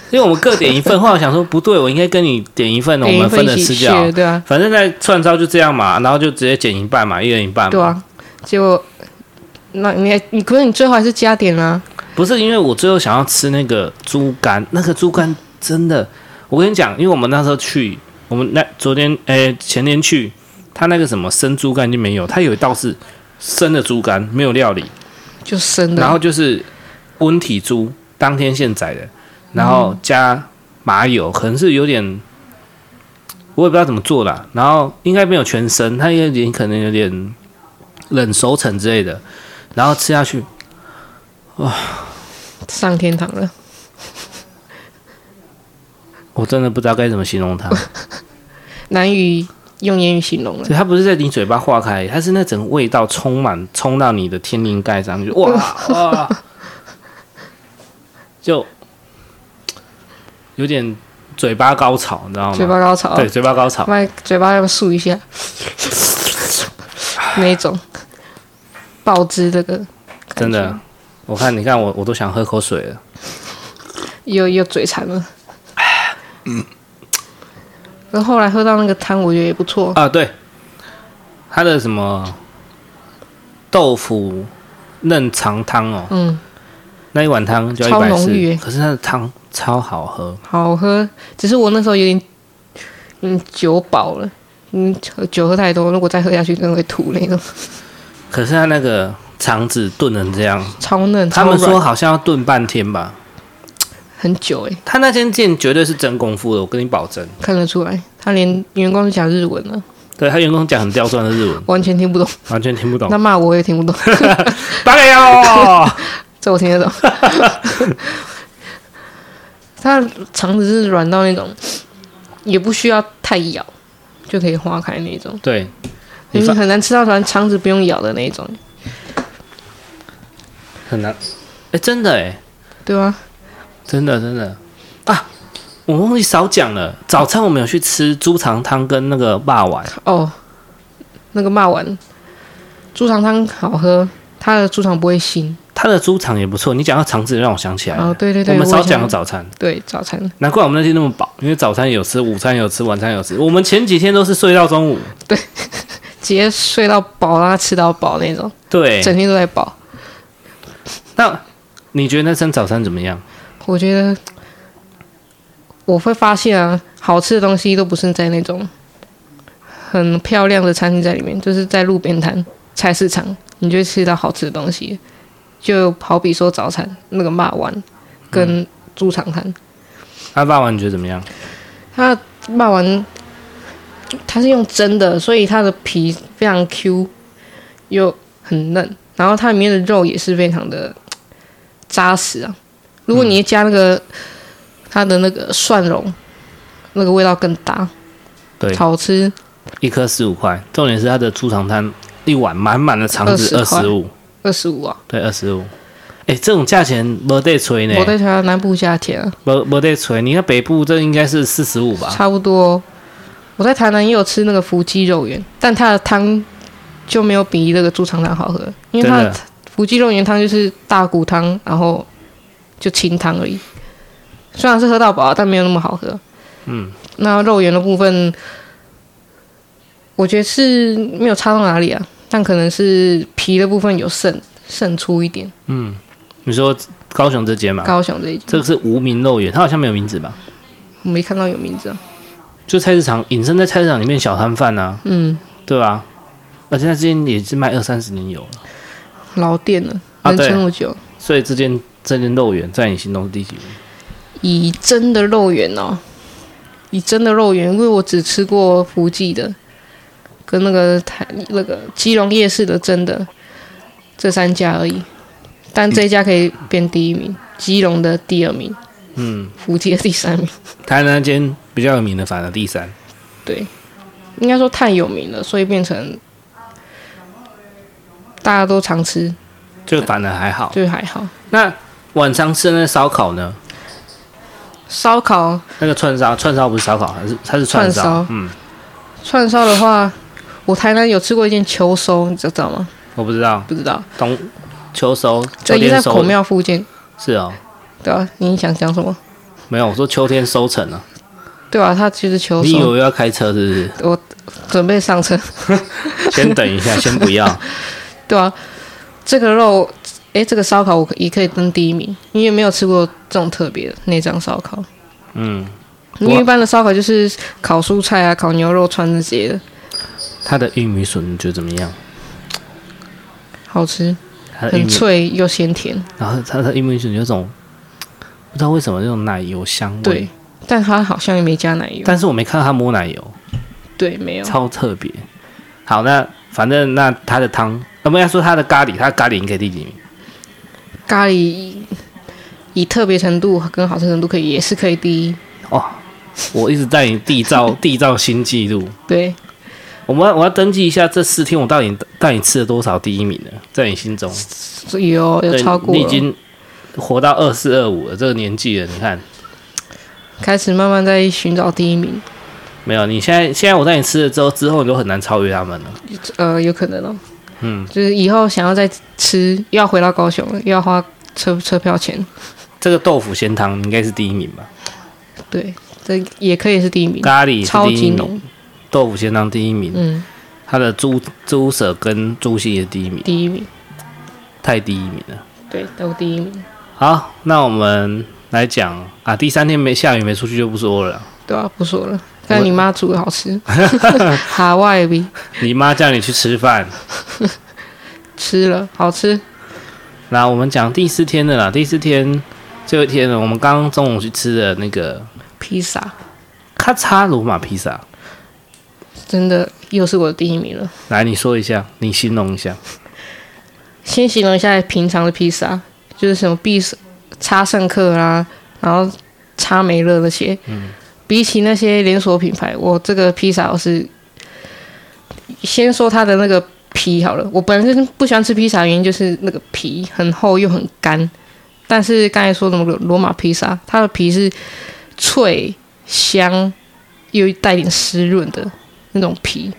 A: 因为我们各点一份，后来我想说不对，我应该跟你点一份，我
B: 点一
A: 们分
B: 份一
A: 着
B: 起
A: 吃
B: 去
A: 就好，。
B: 对啊，
A: 反正在串烧就这样嘛，然后就直接减一半嘛，一人一半嘛。
B: 对啊，结果那你还你可是你最后还是加点啊，
A: 不是因为我最后想要吃那个猪肝，那个猪肝真的，我跟你讲，因为我们那时候去，我们那昨天诶、前天去，他那个什么生猪肝就没有，他有一道是生的猪肝，没有料理，
B: 就生的，
A: 然后就是温体猪，当天现宰的，然后加麻油，可能是有点，我也不知道怎么做啦，然后应该没有全生，它有点可能有点冷熟成之类的，然后吃下去，
B: 上天堂了。
A: 我真的不知道该怎么形容它。
B: 难以用言语形容了。
A: 对，它不是在你嘴巴化开，它是那种味道充满冲到你的天灵盖上，就哇哇，就有点嘴巴高潮，你知道吗？
B: 嘴巴高潮，
A: 对，嘴巴高潮，
B: 把嘴巴要不要竖一下， 那一种爆汁这个感觉
A: 真的，我看你看我我都想喝口水了。
B: 又又嘴馋了。然后后来喝到那个汤，我觉得也不错，
A: 啊，对，它的什么豆腐嫩肠汤哦，
B: 嗯，
A: 那一碗汤就要
B: 超
A: 一百
B: 浓郁
A: 四，
B: 耶
A: 可是它的汤超好喝，
B: 好喝。只是我那时候有点，嗯，酒饱了，嗯，喝酒喝太多，如果再喝下去，真的会吐那种。
A: 可是它那个肠子炖成这样。
B: 超嫩，
A: 他们
B: 超软
A: 说好像要炖半天吧，
B: 很久哎、
A: 他那间店绝对是真功夫的，我跟你保证。
B: 看得出来，他连员工都讲日文了，
A: 对他员工讲很刁钻的日文，
B: 完全听不懂。
A: 完全听不懂
B: 那。骂我也听不懂，
A: 八个哟，
B: 这我听得懂。它的肠子是软到那种，也不需要太咬就可以化开那种，
A: 对，你
B: 你
A: 放
B: 很难吃到软肠子不用咬的那种，
A: 很难。哎，真的哎，
B: 对吧、
A: 真的真的啊，我忘记少讲了。早餐我们有去吃猪肠汤跟那个霸碗，
B: 哦，那个骂完，猪肠汤好喝，它的猪肠不会腥。
A: 他的猪肠也不错。你讲到肠子，让我想起来了
B: 哦，对对
A: 嗯
B: 对，
A: 我们少讲
B: 也
A: 了
B: 想
A: 早餐，
B: 对早餐，
A: 难怪我们那天那么饱，因为早餐有吃，午餐有吃，晚餐有吃。我们前几天都是睡到中午，
B: 直接睡到饱，让它吃到饱那种，
A: 对。
B: 整天都在饱。
A: 那你觉得那餐早餐怎么样？
B: 我觉得我会发现啊，好吃的东西都不是在那种很漂亮的餐厅在里面，就是在路边摊、菜市场，你就会吃到好吃的东西。就好比说早餐那个骂丸跟猪肠摊，
A: 那霸王你觉得怎么样？
B: 它骂丸它是用蒸的，所以它的皮非常 Q 又很嫩，然后它里面的肉也是非常的扎实啊。如果你加那个、它的那个蒜蓉，那个味道更大，
A: 对，
B: 好吃。
A: 一颗十五块，重点是它的猪肠摊一碗满满的肠子二
B: 20块
A: 十五，
B: 二十五啊，
A: 对，二十五。哎，这种价钱没得吹呢，
B: 我在台湾南部夏天啊，
A: 没没得吹。你看北部这应该是四十五吧？
B: 差不多哦。我在台南也有吃那个福记肉圆，但它的汤就没有比那个猪肠汤好喝，因为它
A: 真
B: 的
A: 的
B: 福记肉圆汤就是大骨汤，然后就清汤而已。虽然是喝到饱啊，但没有那么好喝。
A: 嗯，
B: 那肉圆的部分，我觉得是没有差到哪里啊，但可能是皮的部分有渗渗出一点。
A: 你说高雄这间嘛，
B: 高雄这一集
A: 这个是无名肉圆，它好像没有名字吧？
B: 我没看到有名字啊。
A: 就菜市场隐身在菜市场里面小摊贩啊，
B: 嗯，
A: 对吧、而且它之前也是卖二三十年有了，
B: 老店了，
A: 啊
B: 能
A: 对
B: 撑那么久。
A: 所以这间这间肉圆在你心中是第几名？
B: 以真的肉圆哦，以真的肉圆，因为我只吃过福记的，跟那个台那个基隆夜市的真的这三家而已，但这一家可以变第一名，基隆的第二名，
A: 嗯，
B: 福记的第三名，
A: 台南那间比较有名的，反而第三。
B: 对，应该说太有名了，所以变成大家都常吃，
A: 就反而还好。
B: 就还好。
A: 那晚上吃的那烧烤呢？
B: 烧烤
A: 那个串烧，串烧不是烧烤，还是它是串烧。
B: 串烧
A: 嗯，
B: 串烧的话，我台南有吃过一间秋收，你知道吗？
A: 我不知道。
B: 不知道，
A: 东秋收，秋
B: 这就
A: 天
B: 在
A: 收
B: 孔庙附近。
A: 是哦，
B: 对啊，你想讲什么？
A: 没有，我说秋天收成啊。
B: 对啊，他就是求
A: 你以
B: 手，
A: 为要开车是不是？
B: 我准备上车。
A: 先等 一下，先不要。
B: 对啊，这个肉，诶，这个烧烤我可也可以登第一名，因为没有吃过这种特别的内脏烧烤。
A: 嗯，
B: 因为一般的烧烤就是烤蔬菜啊、烤牛肉串这些的，
A: 它的玉米笋你觉得怎么样？
B: 好吃，
A: 它的玉
B: 很
A: 米，
B: 脆又鲜甜。
A: 然后它的玉米笋有种不知道为什么那种奶油香味。
B: 对，，但它好像也没加奶油。
A: 但是我没看到它抹奶油，
B: 对，没有。
A: 超特别。好，那反正那它的汤，我们要说它的咖喱，它的咖喱你给第几名？
B: 咖喱以以特别程度跟好吃程度可以也是可以第一。
A: 哦，我一直在你缔造缔造新纪录。
B: 对，
A: 我们要我要登记一下这四天我到底到底吃了多少第一名呢？在你心中，
B: 所以有有
A: 对
B: 超过
A: 你已
B: 了，
A: 经活到二四二五了这个年纪了，你看
B: 开始慢慢在寻找第一名。
A: 没有？你现在现在我带你吃了之后，之后你都很难超越他们了。
B: 呃，有可能哦。
A: 嗯，
B: 就是以后想要再吃，又要回到高雄了，又要花车车票钱。
A: 这个豆腐鲜汤应该是第一名吧？
B: 对，这也可以是第一名，
A: 咖喱
B: 嗯超
A: 是第
B: 级
A: 一名，
B: 浓。
A: 豆腐鲜汤第一名，
B: 嗯，
A: 它的猪猪舌跟猪心也是第一名，
B: 第一名，
A: 太第一名了。
B: 对，都第一名，
A: 好，那我们来讲啊，第三天没下雨没出去就不说了啦。
B: 对啊，不说了。但你妈煮的 好吃， 哈外比
A: 你妈叫你去吃饭，
B: 吃了好吃，
A: 那我们讲第四天的啦，第四天最后一天呢，我们刚刚中午去吃的那个
B: 披萨
A: 咔嚓罗马披萨，
B: 真的又是我的第一名了。
A: 来你说一下，你形容一下，
B: 先形容一下平常的披萨，就是什么必胜、叉圣克啦，啊然后叉梅乐那些。比起那些连锁品牌，我这个披萨我是先说它的那个皮好了。我本身不喜欢吃披萨，原因就是那个皮很厚又很干。但是刚才说的那个罗马披萨，它的皮是脆香又带点湿润的那种皮，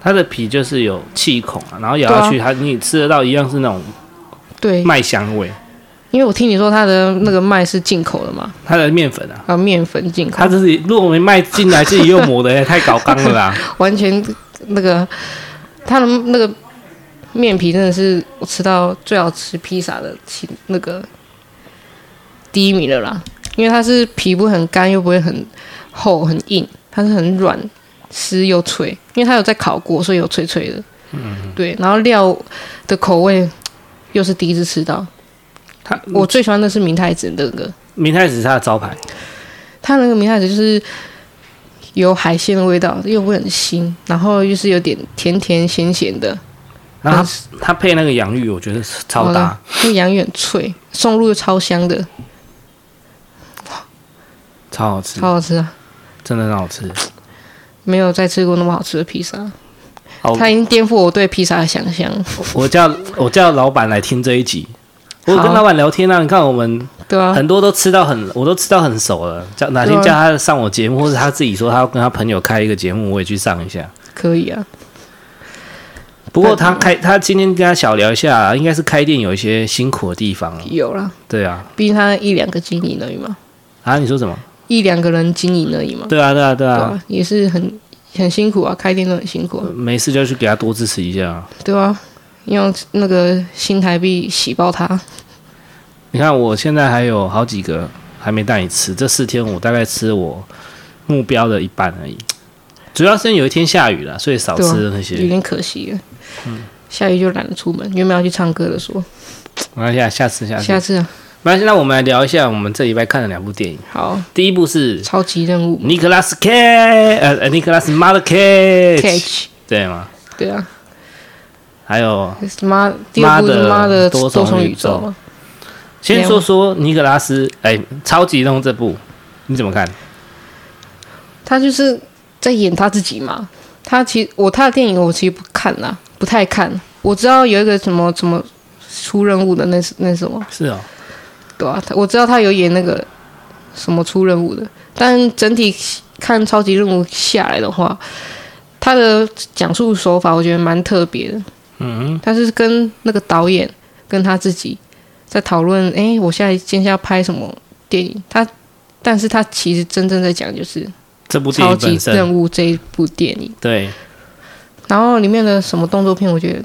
A: 它的皮就是有气孔啊，然后咬下去，它你吃得到一样是那种
B: 对，
A: 麦香味，
B: 因为我听你说它的那个麦是进口的嘛，
A: 它的面粉啊。
B: 啊，面粉进口
A: 它，这是如果没卖进来，自己又 磨的、欸，太搞刚了 啦！
B: 完全那个它的那个面皮真的是我吃到最好吃披萨的其那个第一名了啦，因为它是皮不会很干，又不会很厚很硬，它是很软丝又脆，因为它有在烤过，所以有脆脆的。嗯，对。然后料的口味又是第一次吃到，
A: 它
B: 我最喜欢的是明太子那个，
A: 明太子是它的招牌，
B: 它那个明太子就是有海鲜的味道，又不会很腥，然后又是有点甜甜咸咸的，
A: 然后它它配那个洋芋，我觉得是超搭。
B: 那洋芋很脆，松露又超香的，
A: 超好吃，
B: 超好吃啊！
A: 真的很好吃。
B: 没有再吃过那么好吃的披萨，
A: 好，
B: 它已经颠覆我对披萨的想象。
A: 我叫我叫老板来听这一集。我有跟
B: 好
A: 老板聊天啊，你看我们
B: 对啊，
A: 很多都吃到很，我都吃到很熟了。叫哪天
B: 对啊
A: 叫他上我节目，或者他自己说他要跟他朋友开一个节目，我也去上一下。
B: 可以啊，
A: 不过他开，他今天跟他小聊一下啊，应该是开店有一些辛苦的地方。
B: 有啦，
A: 对啊，
B: 毕竟他一两个经营而已嘛，
A: 啊，你说什么？
B: 一两个人经营而已嘛，
A: 对啊，对啊，嗯对
B: 对
A: 啊，
B: 啊，也是很很辛苦啊，开店都很辛苦啊、
A: 没事就去给他多支持一下啊。
B: 对啊，用那个新台币洗爆它，
A: 你看我现在还有好几个还没带你吃，这四天我大概吃我目标的一半而已。主要是因为有一天下雨了，所以少
B: 对啊
A: 吃了那
B: 有
A: 些。
B: 点可惜了。下雨就懒得出门，原本要去唱歌的说，
A: 没关系啊，下次下次
B: 下。次啊，
A: 没关系，那我们来聊一下我们这礼拜看的两部电影。
B: 好，
A: 第一部是
B: 超级任务
A: 尼克拉斯 K，呃呃，尼克拉斯 Mother K，
B: catch，
A: 对吗？
B: 对啊，
A: 还有，
B: 妈，第二部是妈的多重宇宙啊嘛，
A: 先说说尼克拉斯，哎，超级任务这部你怎么看？
B: 他就是在演他自己嘛。他其实我他的电影我其实不看啦，不太看。我知道有一个什么什么出任务的那那什么，
A: 是哦，
B: 对啊，他我知道他有演那个什么出任务的，但整体看超级任务下来的话，他的讲述手法我觉得蛮特别的。嗯，他是跟那个导演跟他自己在讨论，诶，我现在今天要拍什么电影？他，但是他其实真正在讲就是
A: 这部电
B: 超
A: 影
B: 级
A: 本身
B: 任务这一部电影，
A: 对，
B: 然后里面的什么动作片，我觉得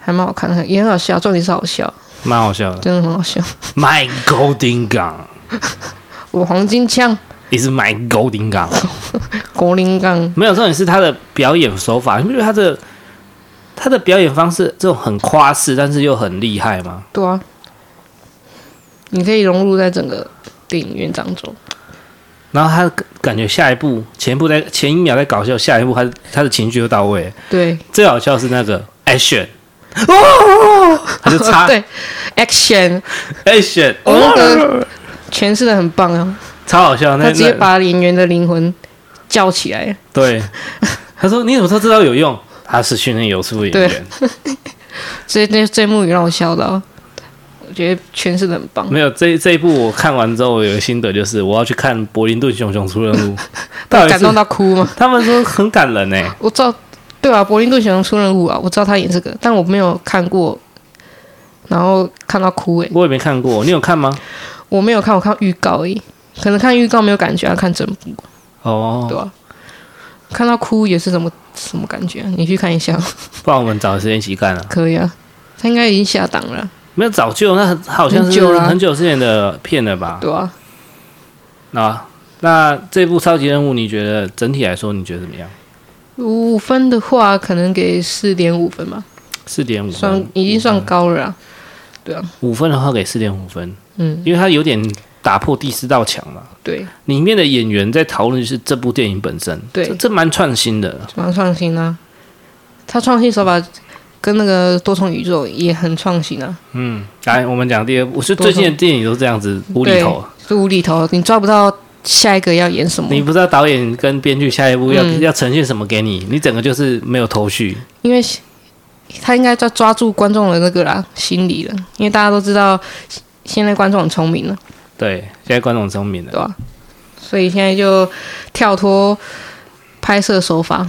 B: 还蛮好看的，也很好笑，重点是好笑，
A: 蛮好笑的。
B: 真的很好笑。
A: My Golden Gun
B: 我黄金枪、
A: is my Golden Gun，
B: 国林杠，
A: 没有重点是他的表演手法，你不觉得他的他的表演方式这种很夸饰，但是又很厉害吗？
B: 对啊，你可以融入在整个电影院当中。
A: 然后他感觉下一步，前一步在前一秒在搞笑，下一步他他的情绪又到位。
B: 对，
A: 最好笑的是那个 action，哦，他就插
B: 对，action，
A: action，
B: 我
A: 哦，
B: 那个诠释的很棒啊，
A: 超好笑。
B: 他
A: 那
B: 直接
A: 那
B: 把演员的灵魂叫起来，
A: 对，他说你怎么说这招有用？他是训练有素的演员，
B: 这这这幕也让我笑到，我觉得诠释的很棒。
A: 没有这这一部我看完之后，我有个心得就是我要去看《柏林顿熊熊出任 务》，到底
B: 感动
A: 是
B: 到哭吗？
A: 他们说很感人欸呢、
B: 我知道，对啊，柏林顿熊出任务啊，我知道他演这个，但我没有看过，然后看到哭诶、
A: 我也没看过，你有看吗？
B: 我没有看，我看预告而已，可能看预告没有感觉，要看整部，
A: 哦
B: 对，吧、看到哭也是什么什么感觉、啊？你去看一下，
A: 不然我们找时间一起看啊。
B: 可以啊。他应该已经下档了，
A: 没有早就，那很好像
B: 很
A: 是
B: 久了
A: 很久之前的片了吧？
B: 对啊，
A: 啊，那这部超级任务，你觉得整体来说，你觉得怎么样？
B: 五分的话，可能给四点五分吧，
A: 四点五
B: 算
A: 分，
B: 已经算高了啊。
A: 五分的话给四点五分，
B: 嗯，
A: 因为它有点打破第四道墙嘛。
B: 对，
A: 里面的演员在讨论是这部电影本身，
B: 对
A: 这这蛮创新的。
B: 蛮创新啊。他创新手法跟那个多重宇宙也很创新啊。
A: 嗯，来，我们讲第二部，我是
B: 多少
A: 最近的电影都这样子无厘头，
B: 是无厘头，你抓不到下一个要演什么，
A: 你不知道导演跟编剧下一步要、
B: 嗯
A: 要呈现什么给你，你整个就是没有头绪。
B: 因为他应该在抓住观众的那个啦心理了，因为大家都知道现在观众很聪明了，
A: 对，现在观众很聪明
B: 对
A: 了，
B: 吧、所以现在就跳脱拍摄手法，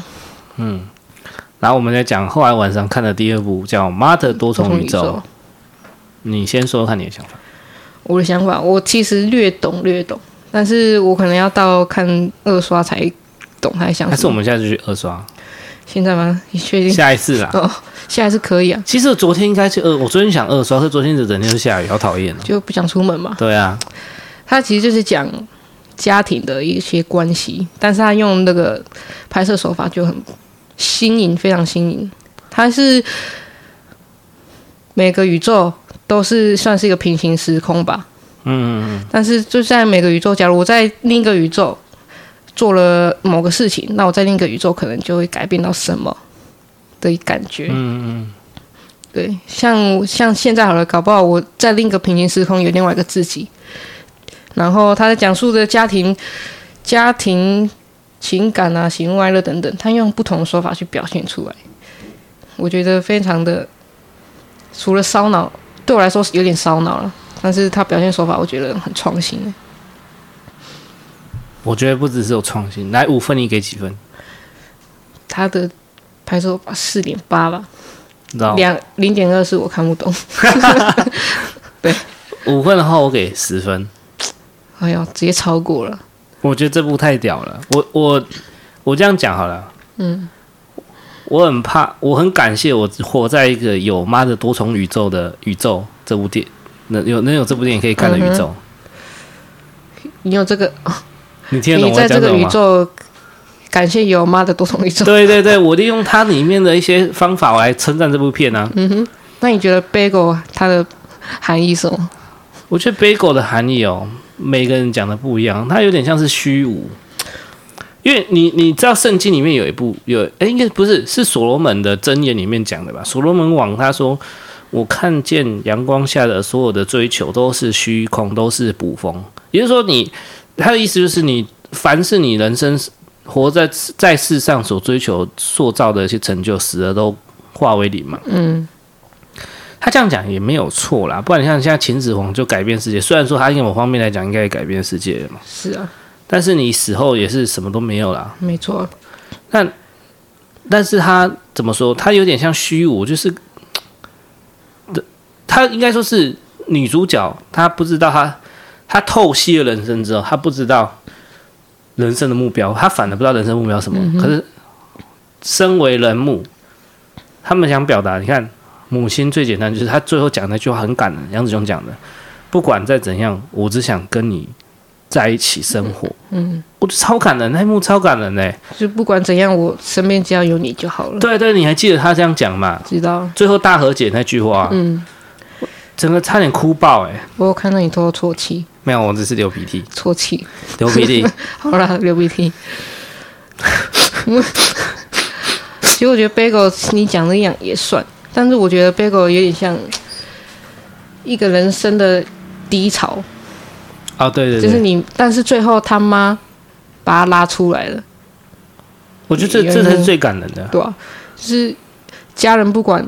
A: 然后我们再讲后来晚上看的第二部叫《Mother 多重宇宙》，
B: 多重宇宙嗯
A: 你先说说看你的想法。
B: 我的想法，我其实略懂略懂，但是我可能要到看二刷才懂他在想
A: 还
B: 什
A: 是
B: 么。
A: 我们现在就去二刷，
B: 现在吗？你确定？
A: 下一次啦。
B: 哦，现在是可以啊，
A: 其实我昨天应该去二，我昨天想二刷，可是昨天整天都下雨，好讨厌哦。
B: 就不想出门嘛。
A: 对啊，
B: 他其实就是讲家庭的一些关系，但是他用那个拍摄手法就很新颖，非常新颖。他是每个宇宙都是算是一个平行时空吧，
A: 嗯，嗯嗯
B: 但是就在每个宇宙，假如我在另一个宇宙做了某个事情，那我在另一个宇宙可能就会改变到什么的感觉。嗯嗯。对，像像现在好了，搞不好我在另一个平行时空有另外一个自己。然后他在讲述的家庭、家庭情感啊、喜怒哀乐等等，他用不同的手法去表现出来，我觉得非常的，除了烧脑，对我来说是有点烧脑了。但是他表现手法我觉得很创新欸，
A: 我觉得不只是有创新。来五分，你给几分？
B: 他的拍摄手法四点八吧，
A: 你知道吗
B: 两零点二是我看不懂。
A: 五分的话，我给十分。
B: 哎呦，直接超过了，
A: 我觉得这部太屌了。我我我这样讲好了，嗯，我很怕，我很感谢我活在一个有妈的多重宇宙的宇宙这部电，能有能有这部电影可以看的宇宙。
B: 你有这个，
A: 你听得懂
B: 嗯你
A: 我在
B: 在
A: 讲
B: 这
A: 什
B: 个
A: 么
B: 宇
A: 吗？
B: 宙，感谢有妈的多重宇 宙。
A: 对对对，我利用它里面的一些方法我来称赞这部片啊。
B: 那你觉得 bagel 它的含义是什么？
A: 我觉得 bagel 的含义哦，每个人讲的不一样，它有点像是虚无。因为你你知道圣经里面有一部有哎，应该不是是所罗门的箴言里面讲的吧？所罗门王他说：“我看见阳光下的所有的追求都是虚空，都是捕风。”也就是说你，他的意思就是你凡是你人生活在在世上所追求塑造的一些成就，死了都化为零嘛。
B: 嗯，
A: 他这样讲也没有错啦，不然你像现在秦始皇就改变世界，虽然说他某方面来讲应该也改变世界了嘛，
B: 是啊，
A: 但是你死后也是什么都没有啦。
B: 没错，啊
A: 但是他怎么说？他有点像虚无，就是，他应该说是女主角，她不知道她她透析了人生之后，她不知道人生的目标，她反而不知道人生目标是什么。可是身为人母，他们想表达，你看母亲最简单就是她最后讲那句话很感人，杨子雄讲的，不管再怎样，我只想跟你在一起生活。嗯，我觉得超感人，那一幕超感人嘞、欸
B: 就不管怎样，我身边只要有你就好了。
A: 对对，你还记得他这样讲嘛？
B: 知道，
A: 最后大和解那句话，
B: 嗯，
A: 整个差点哭爆哎、
B: 我有看到你偷偷啜泣，
A: 没有，我只是流鼻 涕，
B: 啜泣，
A: 流鼻涕。
B: 好啦，流鼻涕。 其实我觉得 bagel 你讲的一样也算，但是我觉得 bagel 有点像一个人生的低潮，
A: 哦，对对
B: 就是
A: 对，
B: 你，但是最后他妈把他拉出来了，
A: 我觉得这
B: 有
A: 这才
B: 有
A: 是最感人的。
B: 对吧、就是家人不管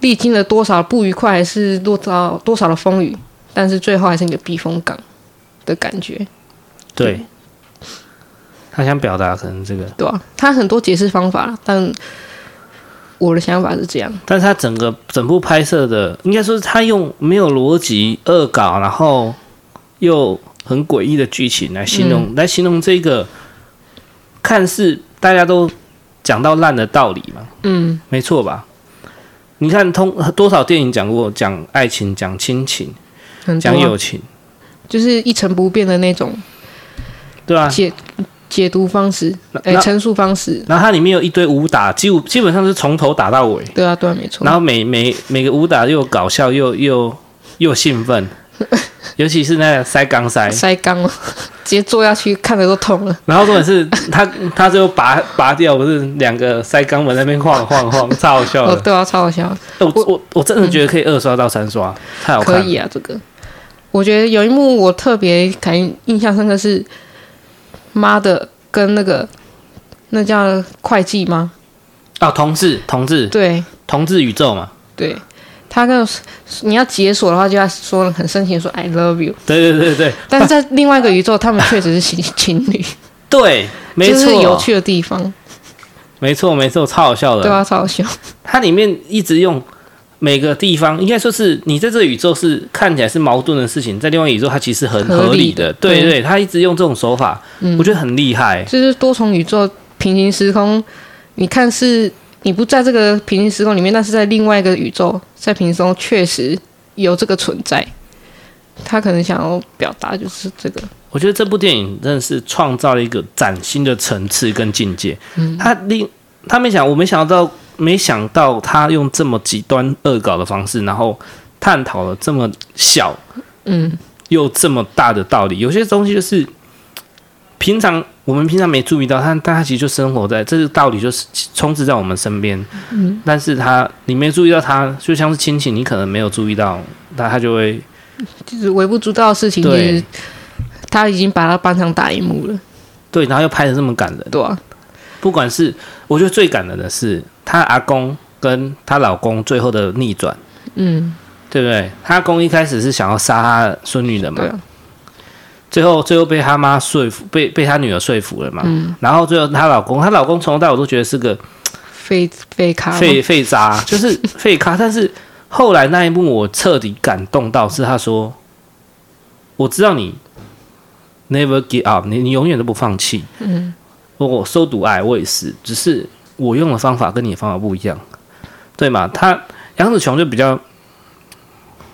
B: 历经了多少不愉快，还是多少多少的风雨，但是最后还是你的避风港的感觉。
A: 对，他想表达可能这个，
B: 对啊，他很多解释方法，但我的想法是这样，
A: 但是他整个整部拍摄的，应该说是他用没有逻辑、恶搞，然后又很诡异的剧情来形容，
B: 嗯
A: 来形容这个看似大家都讲到烂的道理嘛。
B: 嗯，
A: 没错吧？你看通多少电影讲过讲爱情、讲亲情、
B: 很多
A: 讲
B: 啊
A: 友情，
B: 就是一成不变的那种
A: 对啊吧、
B: 解解读方式，
A: 那
B: 哎、
A: 那
B: 陈述方式，
A: 然后它里面有一堆武打，基本基本上是从头打到尾，
B: 对啊，对啊，没错
A: 然，后每每每个武打又搞笑又又又兴 奋，尤其是那个塞钢塞，
B: 塞缸了， 直接坐下去看的都痛了，
A: 然后重点是他他最后拔拔掉，不是两个塞肛门在那边晃晃晃，超好笑
B: 哦，
A: 的。
B: 对啊，超好笑，
A: 我我我真的觉得可以二刷到三刷，太好看
B: 可
A: 了。
B: 以啊，这个，我觉得有一幕我特别感印象深刻是妈的跟那个那叫会计吗？
A: 啊，同志同志
B: 对，
A: 同志宇宙嘛，
B: 对他跟你要解锁的话，就要说很深情地说 “I love you”，
A: 对对对对
B: 但是在另外一个宇宙，他们确实是情情侣，
A: 对，没
B: 这
A: 错，
B: 是有趣的地方，
A: 没错，没错，超好笑的。
B: 对啊，超好笑，
A: 它里面一直用每个地方，应该说是你在这个宇宙是看起来是矛盾的事情，在另外一个宇宙它其实很
B: 合理的
A: 合理的。对嗯
B: 对
A: 对，他一直用这种手法，我觉得很厉害。
B: 就是多重宇宙、平行时空，你看是你不在这个平行时空里面，但是在另外一个宇宙，在平行时空确实有这个存在，他可能想要表达就是这个，
A: 我觉得这部电影真的是创造了一个崭新的层次跟境界。嗯，他令他没想，我没想到，没想到他用这么极端恶搞的方式，然后探讨了这么小
B: 嗯，
A: 又这么大的道理。有些东西就是平常我们平常没注意到，但但它其实就生活在这个道理，就是充斥在我们身边。嗯，但是它你没注意到它，就像是亲情，你可能没有注意到，那它就会
B: 就是微不足道的事情，就
A: 对
B: 是他已经把它搬上大荧幕了，
A: 对，然后又拍的这么感人。
B: 对啊，
A: 不管是我觉得最感人的是她阿公跟她老公最后的逆转，
B: 嗯，
A: 对不对？她阿公一开始是想要杀她孙女的嘛
B: 对，啊，
A: 最后最后被她妈说服，被被她女儿说服了嘛。然后最后她老公，她老公从头到尾都觉得是个
B: 废废咖嘛，
A: 废废渣，就是废咖。但是后来那一幕我彻底感动到，是她说：“我知道你 never give up，你你永远都不放弃。”嗯，我收毒癌，我也是，只是我用的方法跟你的方法不一样，对吗？她杨紫琼就比较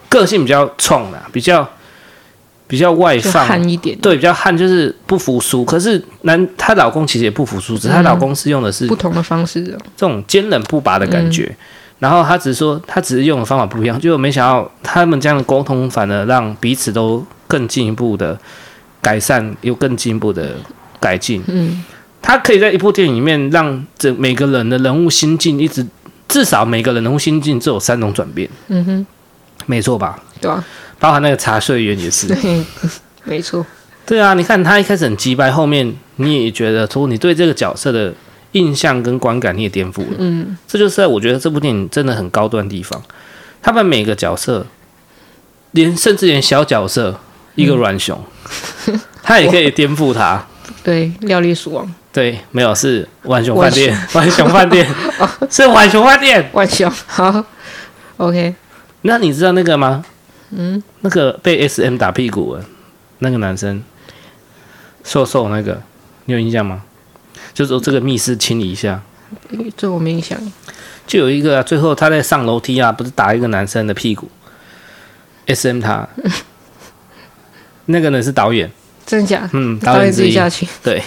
A: 个性比较冲啦，比较比较外
B: 就
A: 放，
B: 憨一点，
A: 对，比较悍，就是不服输。可是男她老公其实也不服输，只是她老公是用的是
B: 嗯不同的方式啊，
A: 这种坚韧不拔的感觉。然后他只是说，他只是用的方法不一样，结果没想到他们这样的沟通，反而让彼此都更进一步的改善，又更进一步的改进。
B: 嗯，
A: 他可以在一部电影里面让整每个人的人物心境一直，至少每个人人物心境只有三种转变，
B: 嗯哼，
A: 没错吧？
B: 对啊，
A: 包含那个茶税员也是。
B: 对，没错，
A: 对啊，你看他一开始很击败，后面你也觉得说你对这个角色的印象跟观感你也颠覆了。
B: 嗯，
A: 这就是我觉得这部电影真的很高端的地方。他把每个角色，连甚至连小角色一个软熊，他也可以颠覆他。
B: 对，料理鼠王，
A: 对，没有是浣熊饭店， 浣熊饭店是浣熊饭店。
B: 万象，好，OK，
A: 那你知道那个吗？嗯，那个被 SM 打屁股的那个男生，瘦瘦那个，你有印象吗？就说这个密室清理一下，
B: 这我没印象，
A: 就有一个、啊、最后他在上楼梯啊，不是打一个男生的屁股，S M 他，那个人是导演，
B: 真假？
A: 嗯，导
B: 导
A: 演
B: 演自
A: 之
B: 己
A: 一
B: 下，去
A: 对，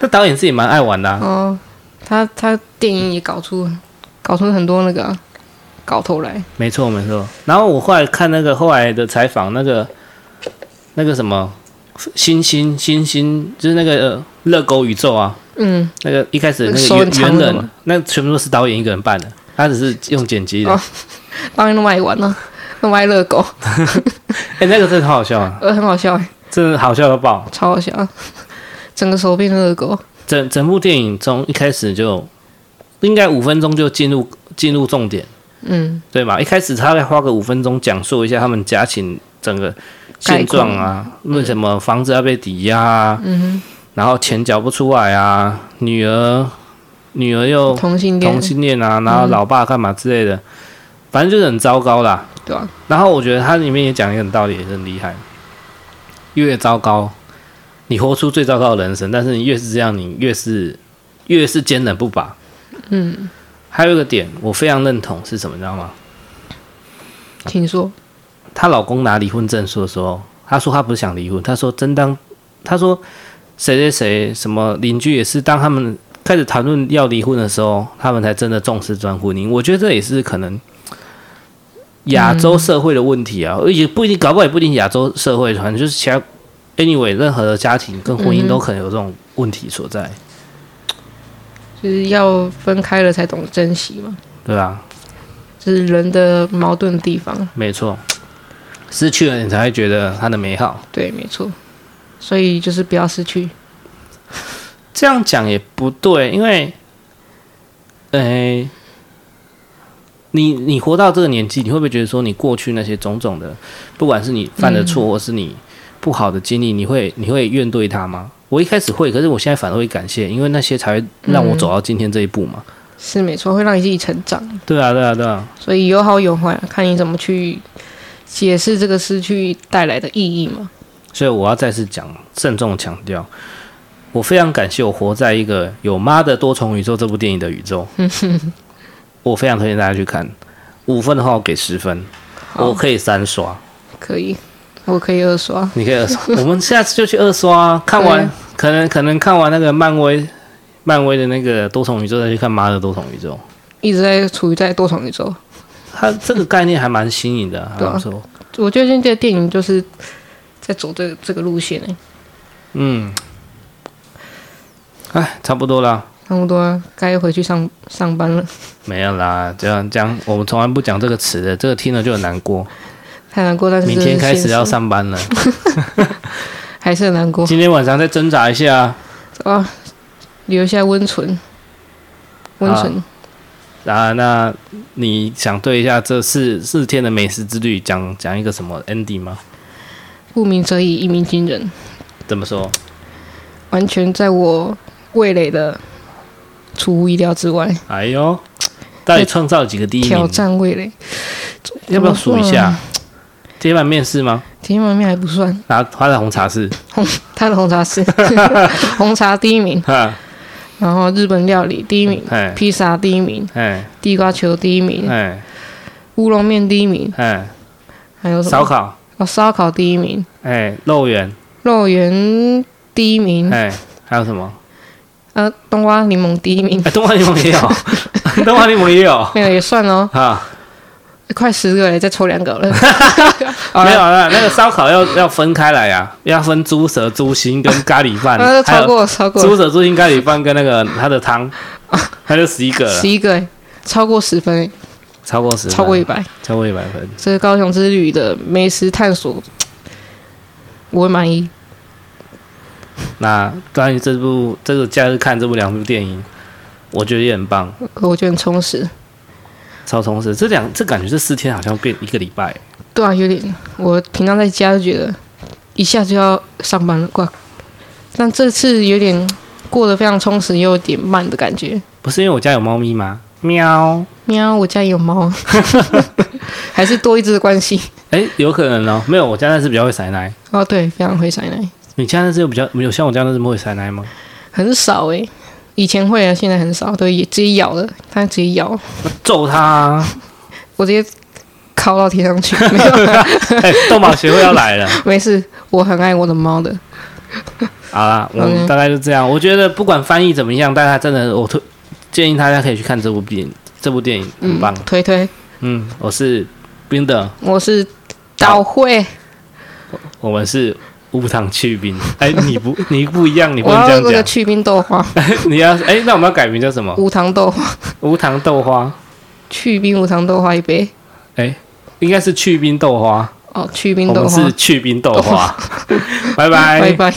A: 那导演自己蛮爱玩的、啊，
B: 哦，他他电影也搞出搞出很多那个啊、搞头来，
A: 没错没错。然后我后来看那个后来的采访，那个那个什么星星星星，就是那个呃热狗宇宙啊，
B: 嗯，
A: 那个一开始那
B: 那手
A: 个
B: 很
A: 原
B: 长
A: 原
B: 的
A: 人
B: 吗，
A: 那全部都是导演一个人办的，他只是用剪辑的，哎、
B: 哦当然那么爱玩呢、那么爱热狗，
A: 那个真的好好笑啊，
B: 呃，很好笑欸，
A: 真的好笑到爆。
B: 超好笑，整个手变热狗，
A: 整整部电影从一开始就应该五分钟就进入进入重点，
B: 嗯，
A: 对吧？一开始他会花个五分钟讲述一下他们家庭整个现状啊，为什么房子要被抵押啊，然后钱缴不出来啊，女儿女儿又
B: 哦同性恋
A: 同，性恋啊，然后老爸干嘛之类的，反正就是很糟糕啦。
B: 对吧、
A: 然后我觉得它里面也讲一个很道理，也很厉害。越糟糕，你活出最糟糕的人生，但是你越是这样，你越是越是坚韧不拔。
B: 嗯，
A: 还有一个点，我非常认同是什么，你知道吗？
B: 请说，
A: 她老公拿离婚证书的时候，她说她不是想离婚，她说真当，她说谁谁谁什么邻居也是，当他们开始谈论要离婚的时候，他们才真的重视这段婚姻。我觉得这也是可能亚洲社会的问题啊，而且不一定，搞不好也不一定亚洲社会，反正就是其他 anyway 任何的家庭跟婚姻都可能有这种问题所在，
B: 就是要分开了才懂珍惜嘛，
A: 对吧、
B: 这是人的矛盾地方，
A: 没错，失去了你才会觉得它的美好。
B: 对，没错，所以就是不要失去，
A: 这样讲也不对，因为，诶、你你活到这个年纪，你会不会觉得说，你过去那些种种的，不管是你犯的错，或是你不好的经历，你会你会怨对他吗？我一开始会，可是我现在反而会感谢，因为那些才会让我走到今天这一步嘛。
B: 是没错，会让你自己成长。
A: 对啊，对啊，对啊，
B: 所以有好有坏，看你怎么去解释这个失去带来的意义嘛。
A: 所以我要再次讲，郑重强调，我非常感谢我活在一个有妈的多重宇宙这部电影的宇 宙，我非常推荐大家去看。五分的话，我给十分，
B: 好
A: 我可以三刷，
B: 可以，我可以二刷。
A: 你可以二刷， 我们下次就去二刷、啊，看完
B: 对
A: 可能可能看完那个漫威漫威的那个多重宇宙，再去看妈的多重宇宙。
B: 一直在处于在多重宇宙。
A: 它这个概念还蛮新颖的，还
B: 对啊
A: 不错。
B: 我觉得现在的电影就是在走这个这个路线呢、
A: 嗯，哎，差不多啦，
B: 差不多啊该回去上上班了，
A: 没有啦，这样这样，我们从来不讲这个词的，这个听了就很难过。
B: 太难过，但是
A: 明
B: 这
A: 天
B: 是
A: 开
B: 现
A: 始要
B: 实
A: 上班了，
B: 还是很难 过
A: 今天晚上再挣扎一下，
B: 啊，留下温存，温存。
A: 啊，那你想对一下这四四天的美食之旅讲讲一个什么 ending 吗？
B: 不鸣则已，一鸣惊人，
A: 怎么说？
B: 完全在我味蕾的出乎意料之外，
A: 哎呦，到底创造几个第一
B: 挑
A: 名？
B: 战嗯味蕾。
A: 要不要数一下？铁板面试吗？
B: 甜面面还不算，
A: 然后花的红茶是，
B: 他的红 茶是红茶第一名，
A: 哈，
B: 然后日本料理第一名，
A: 哎
B: 披萨第一名，
A: 哎
B: 地瓜球第一名，
A: 哎
B: 乌龙面第一名，
A: 哎，
B: 还有什么
A: 烧烤，
B: 哦，烧烤第一名，
A: 哎，肉圆，
B: 肉圆第一名，
A: 哎，还有什么？
B: 呃，冬瓜柠檬第一名，
A: 哎，东华柠檬也 有， 东华柠檬也有
B: 没有也算哦，
A: 啊。
B: 快十个了，再抽两个了。好了
A: 没有啦，那个烧烤要要分开来呀，要分猪舌、猪心跟咖喱 饭
B: 啊，，
A: 还
B: 超
A: 有
B: 过超
A: 猪
B: 过
A: 舌、猪心、咖喱饭跟那个它的 汤，它就十一个了
B: 十，一个欸，超过十分欸，
A: 超过十，
B: 超过一，百。
A: 超过一百分。
B: 这个高雄之旅的美食探索，我会满意。
A: 那关于这部这个假日看这部两部电影，我觉得也很棒，
B: 我觉得很充实。
A: 超充实。这两这感觉这四天好像变一个礼拜，
B: 对啊，有点，我平常在家就觉得一下就要上班了，挂。但这次有点过得非常充实，又有点慢的感觉。
A: 不是因为我家有猫咪吗？喵，
B: 喵，我家也有猫， 还是多一只的关系。
A: 哎，有可能哦，没有，我家那只比较会塞奶。
B: 哦，对，非常会塞奶，
A: 你家那只有比较没有像我家那只会塞奶吗？
B: 很少诶、以前会啊，现在很少，都也直接咬了，它直接咬，
A: 揍它、 啊！
B: 我直接靠到天上去，没有，
A: 哎、动保协会要来了。
B: 没事，我很爱我的猫 的。
A: 好啦，我们
B: OK
A: 大概就这样。我觉得不管翻译怎么样，大家真的，我推建议大家可以去看这部电影，这部电影很棒。
B: 嗯推推，
A: 嗯，我是冰的，
B: 我是岛会，
A: 我们是无糖去冰。 哎、你不你不一样，你不
B: 我
A: 能
B: 要
A: 这
B: 那
A: 样
B: 个
A: 讲。
B: 去冰豆 花，
A: 你要哎、那我们要改名叫什么？
B: 无糖豆花，
A: 无糖豆花，
B: 去冰无糖豆花一杯。
A: 应该是去冰豆花。
B: 哦，去冰
A: 我
B: 豆
A: 们
B: 花
A: 是，去冰豆花。拜拜
B: 拜。拜。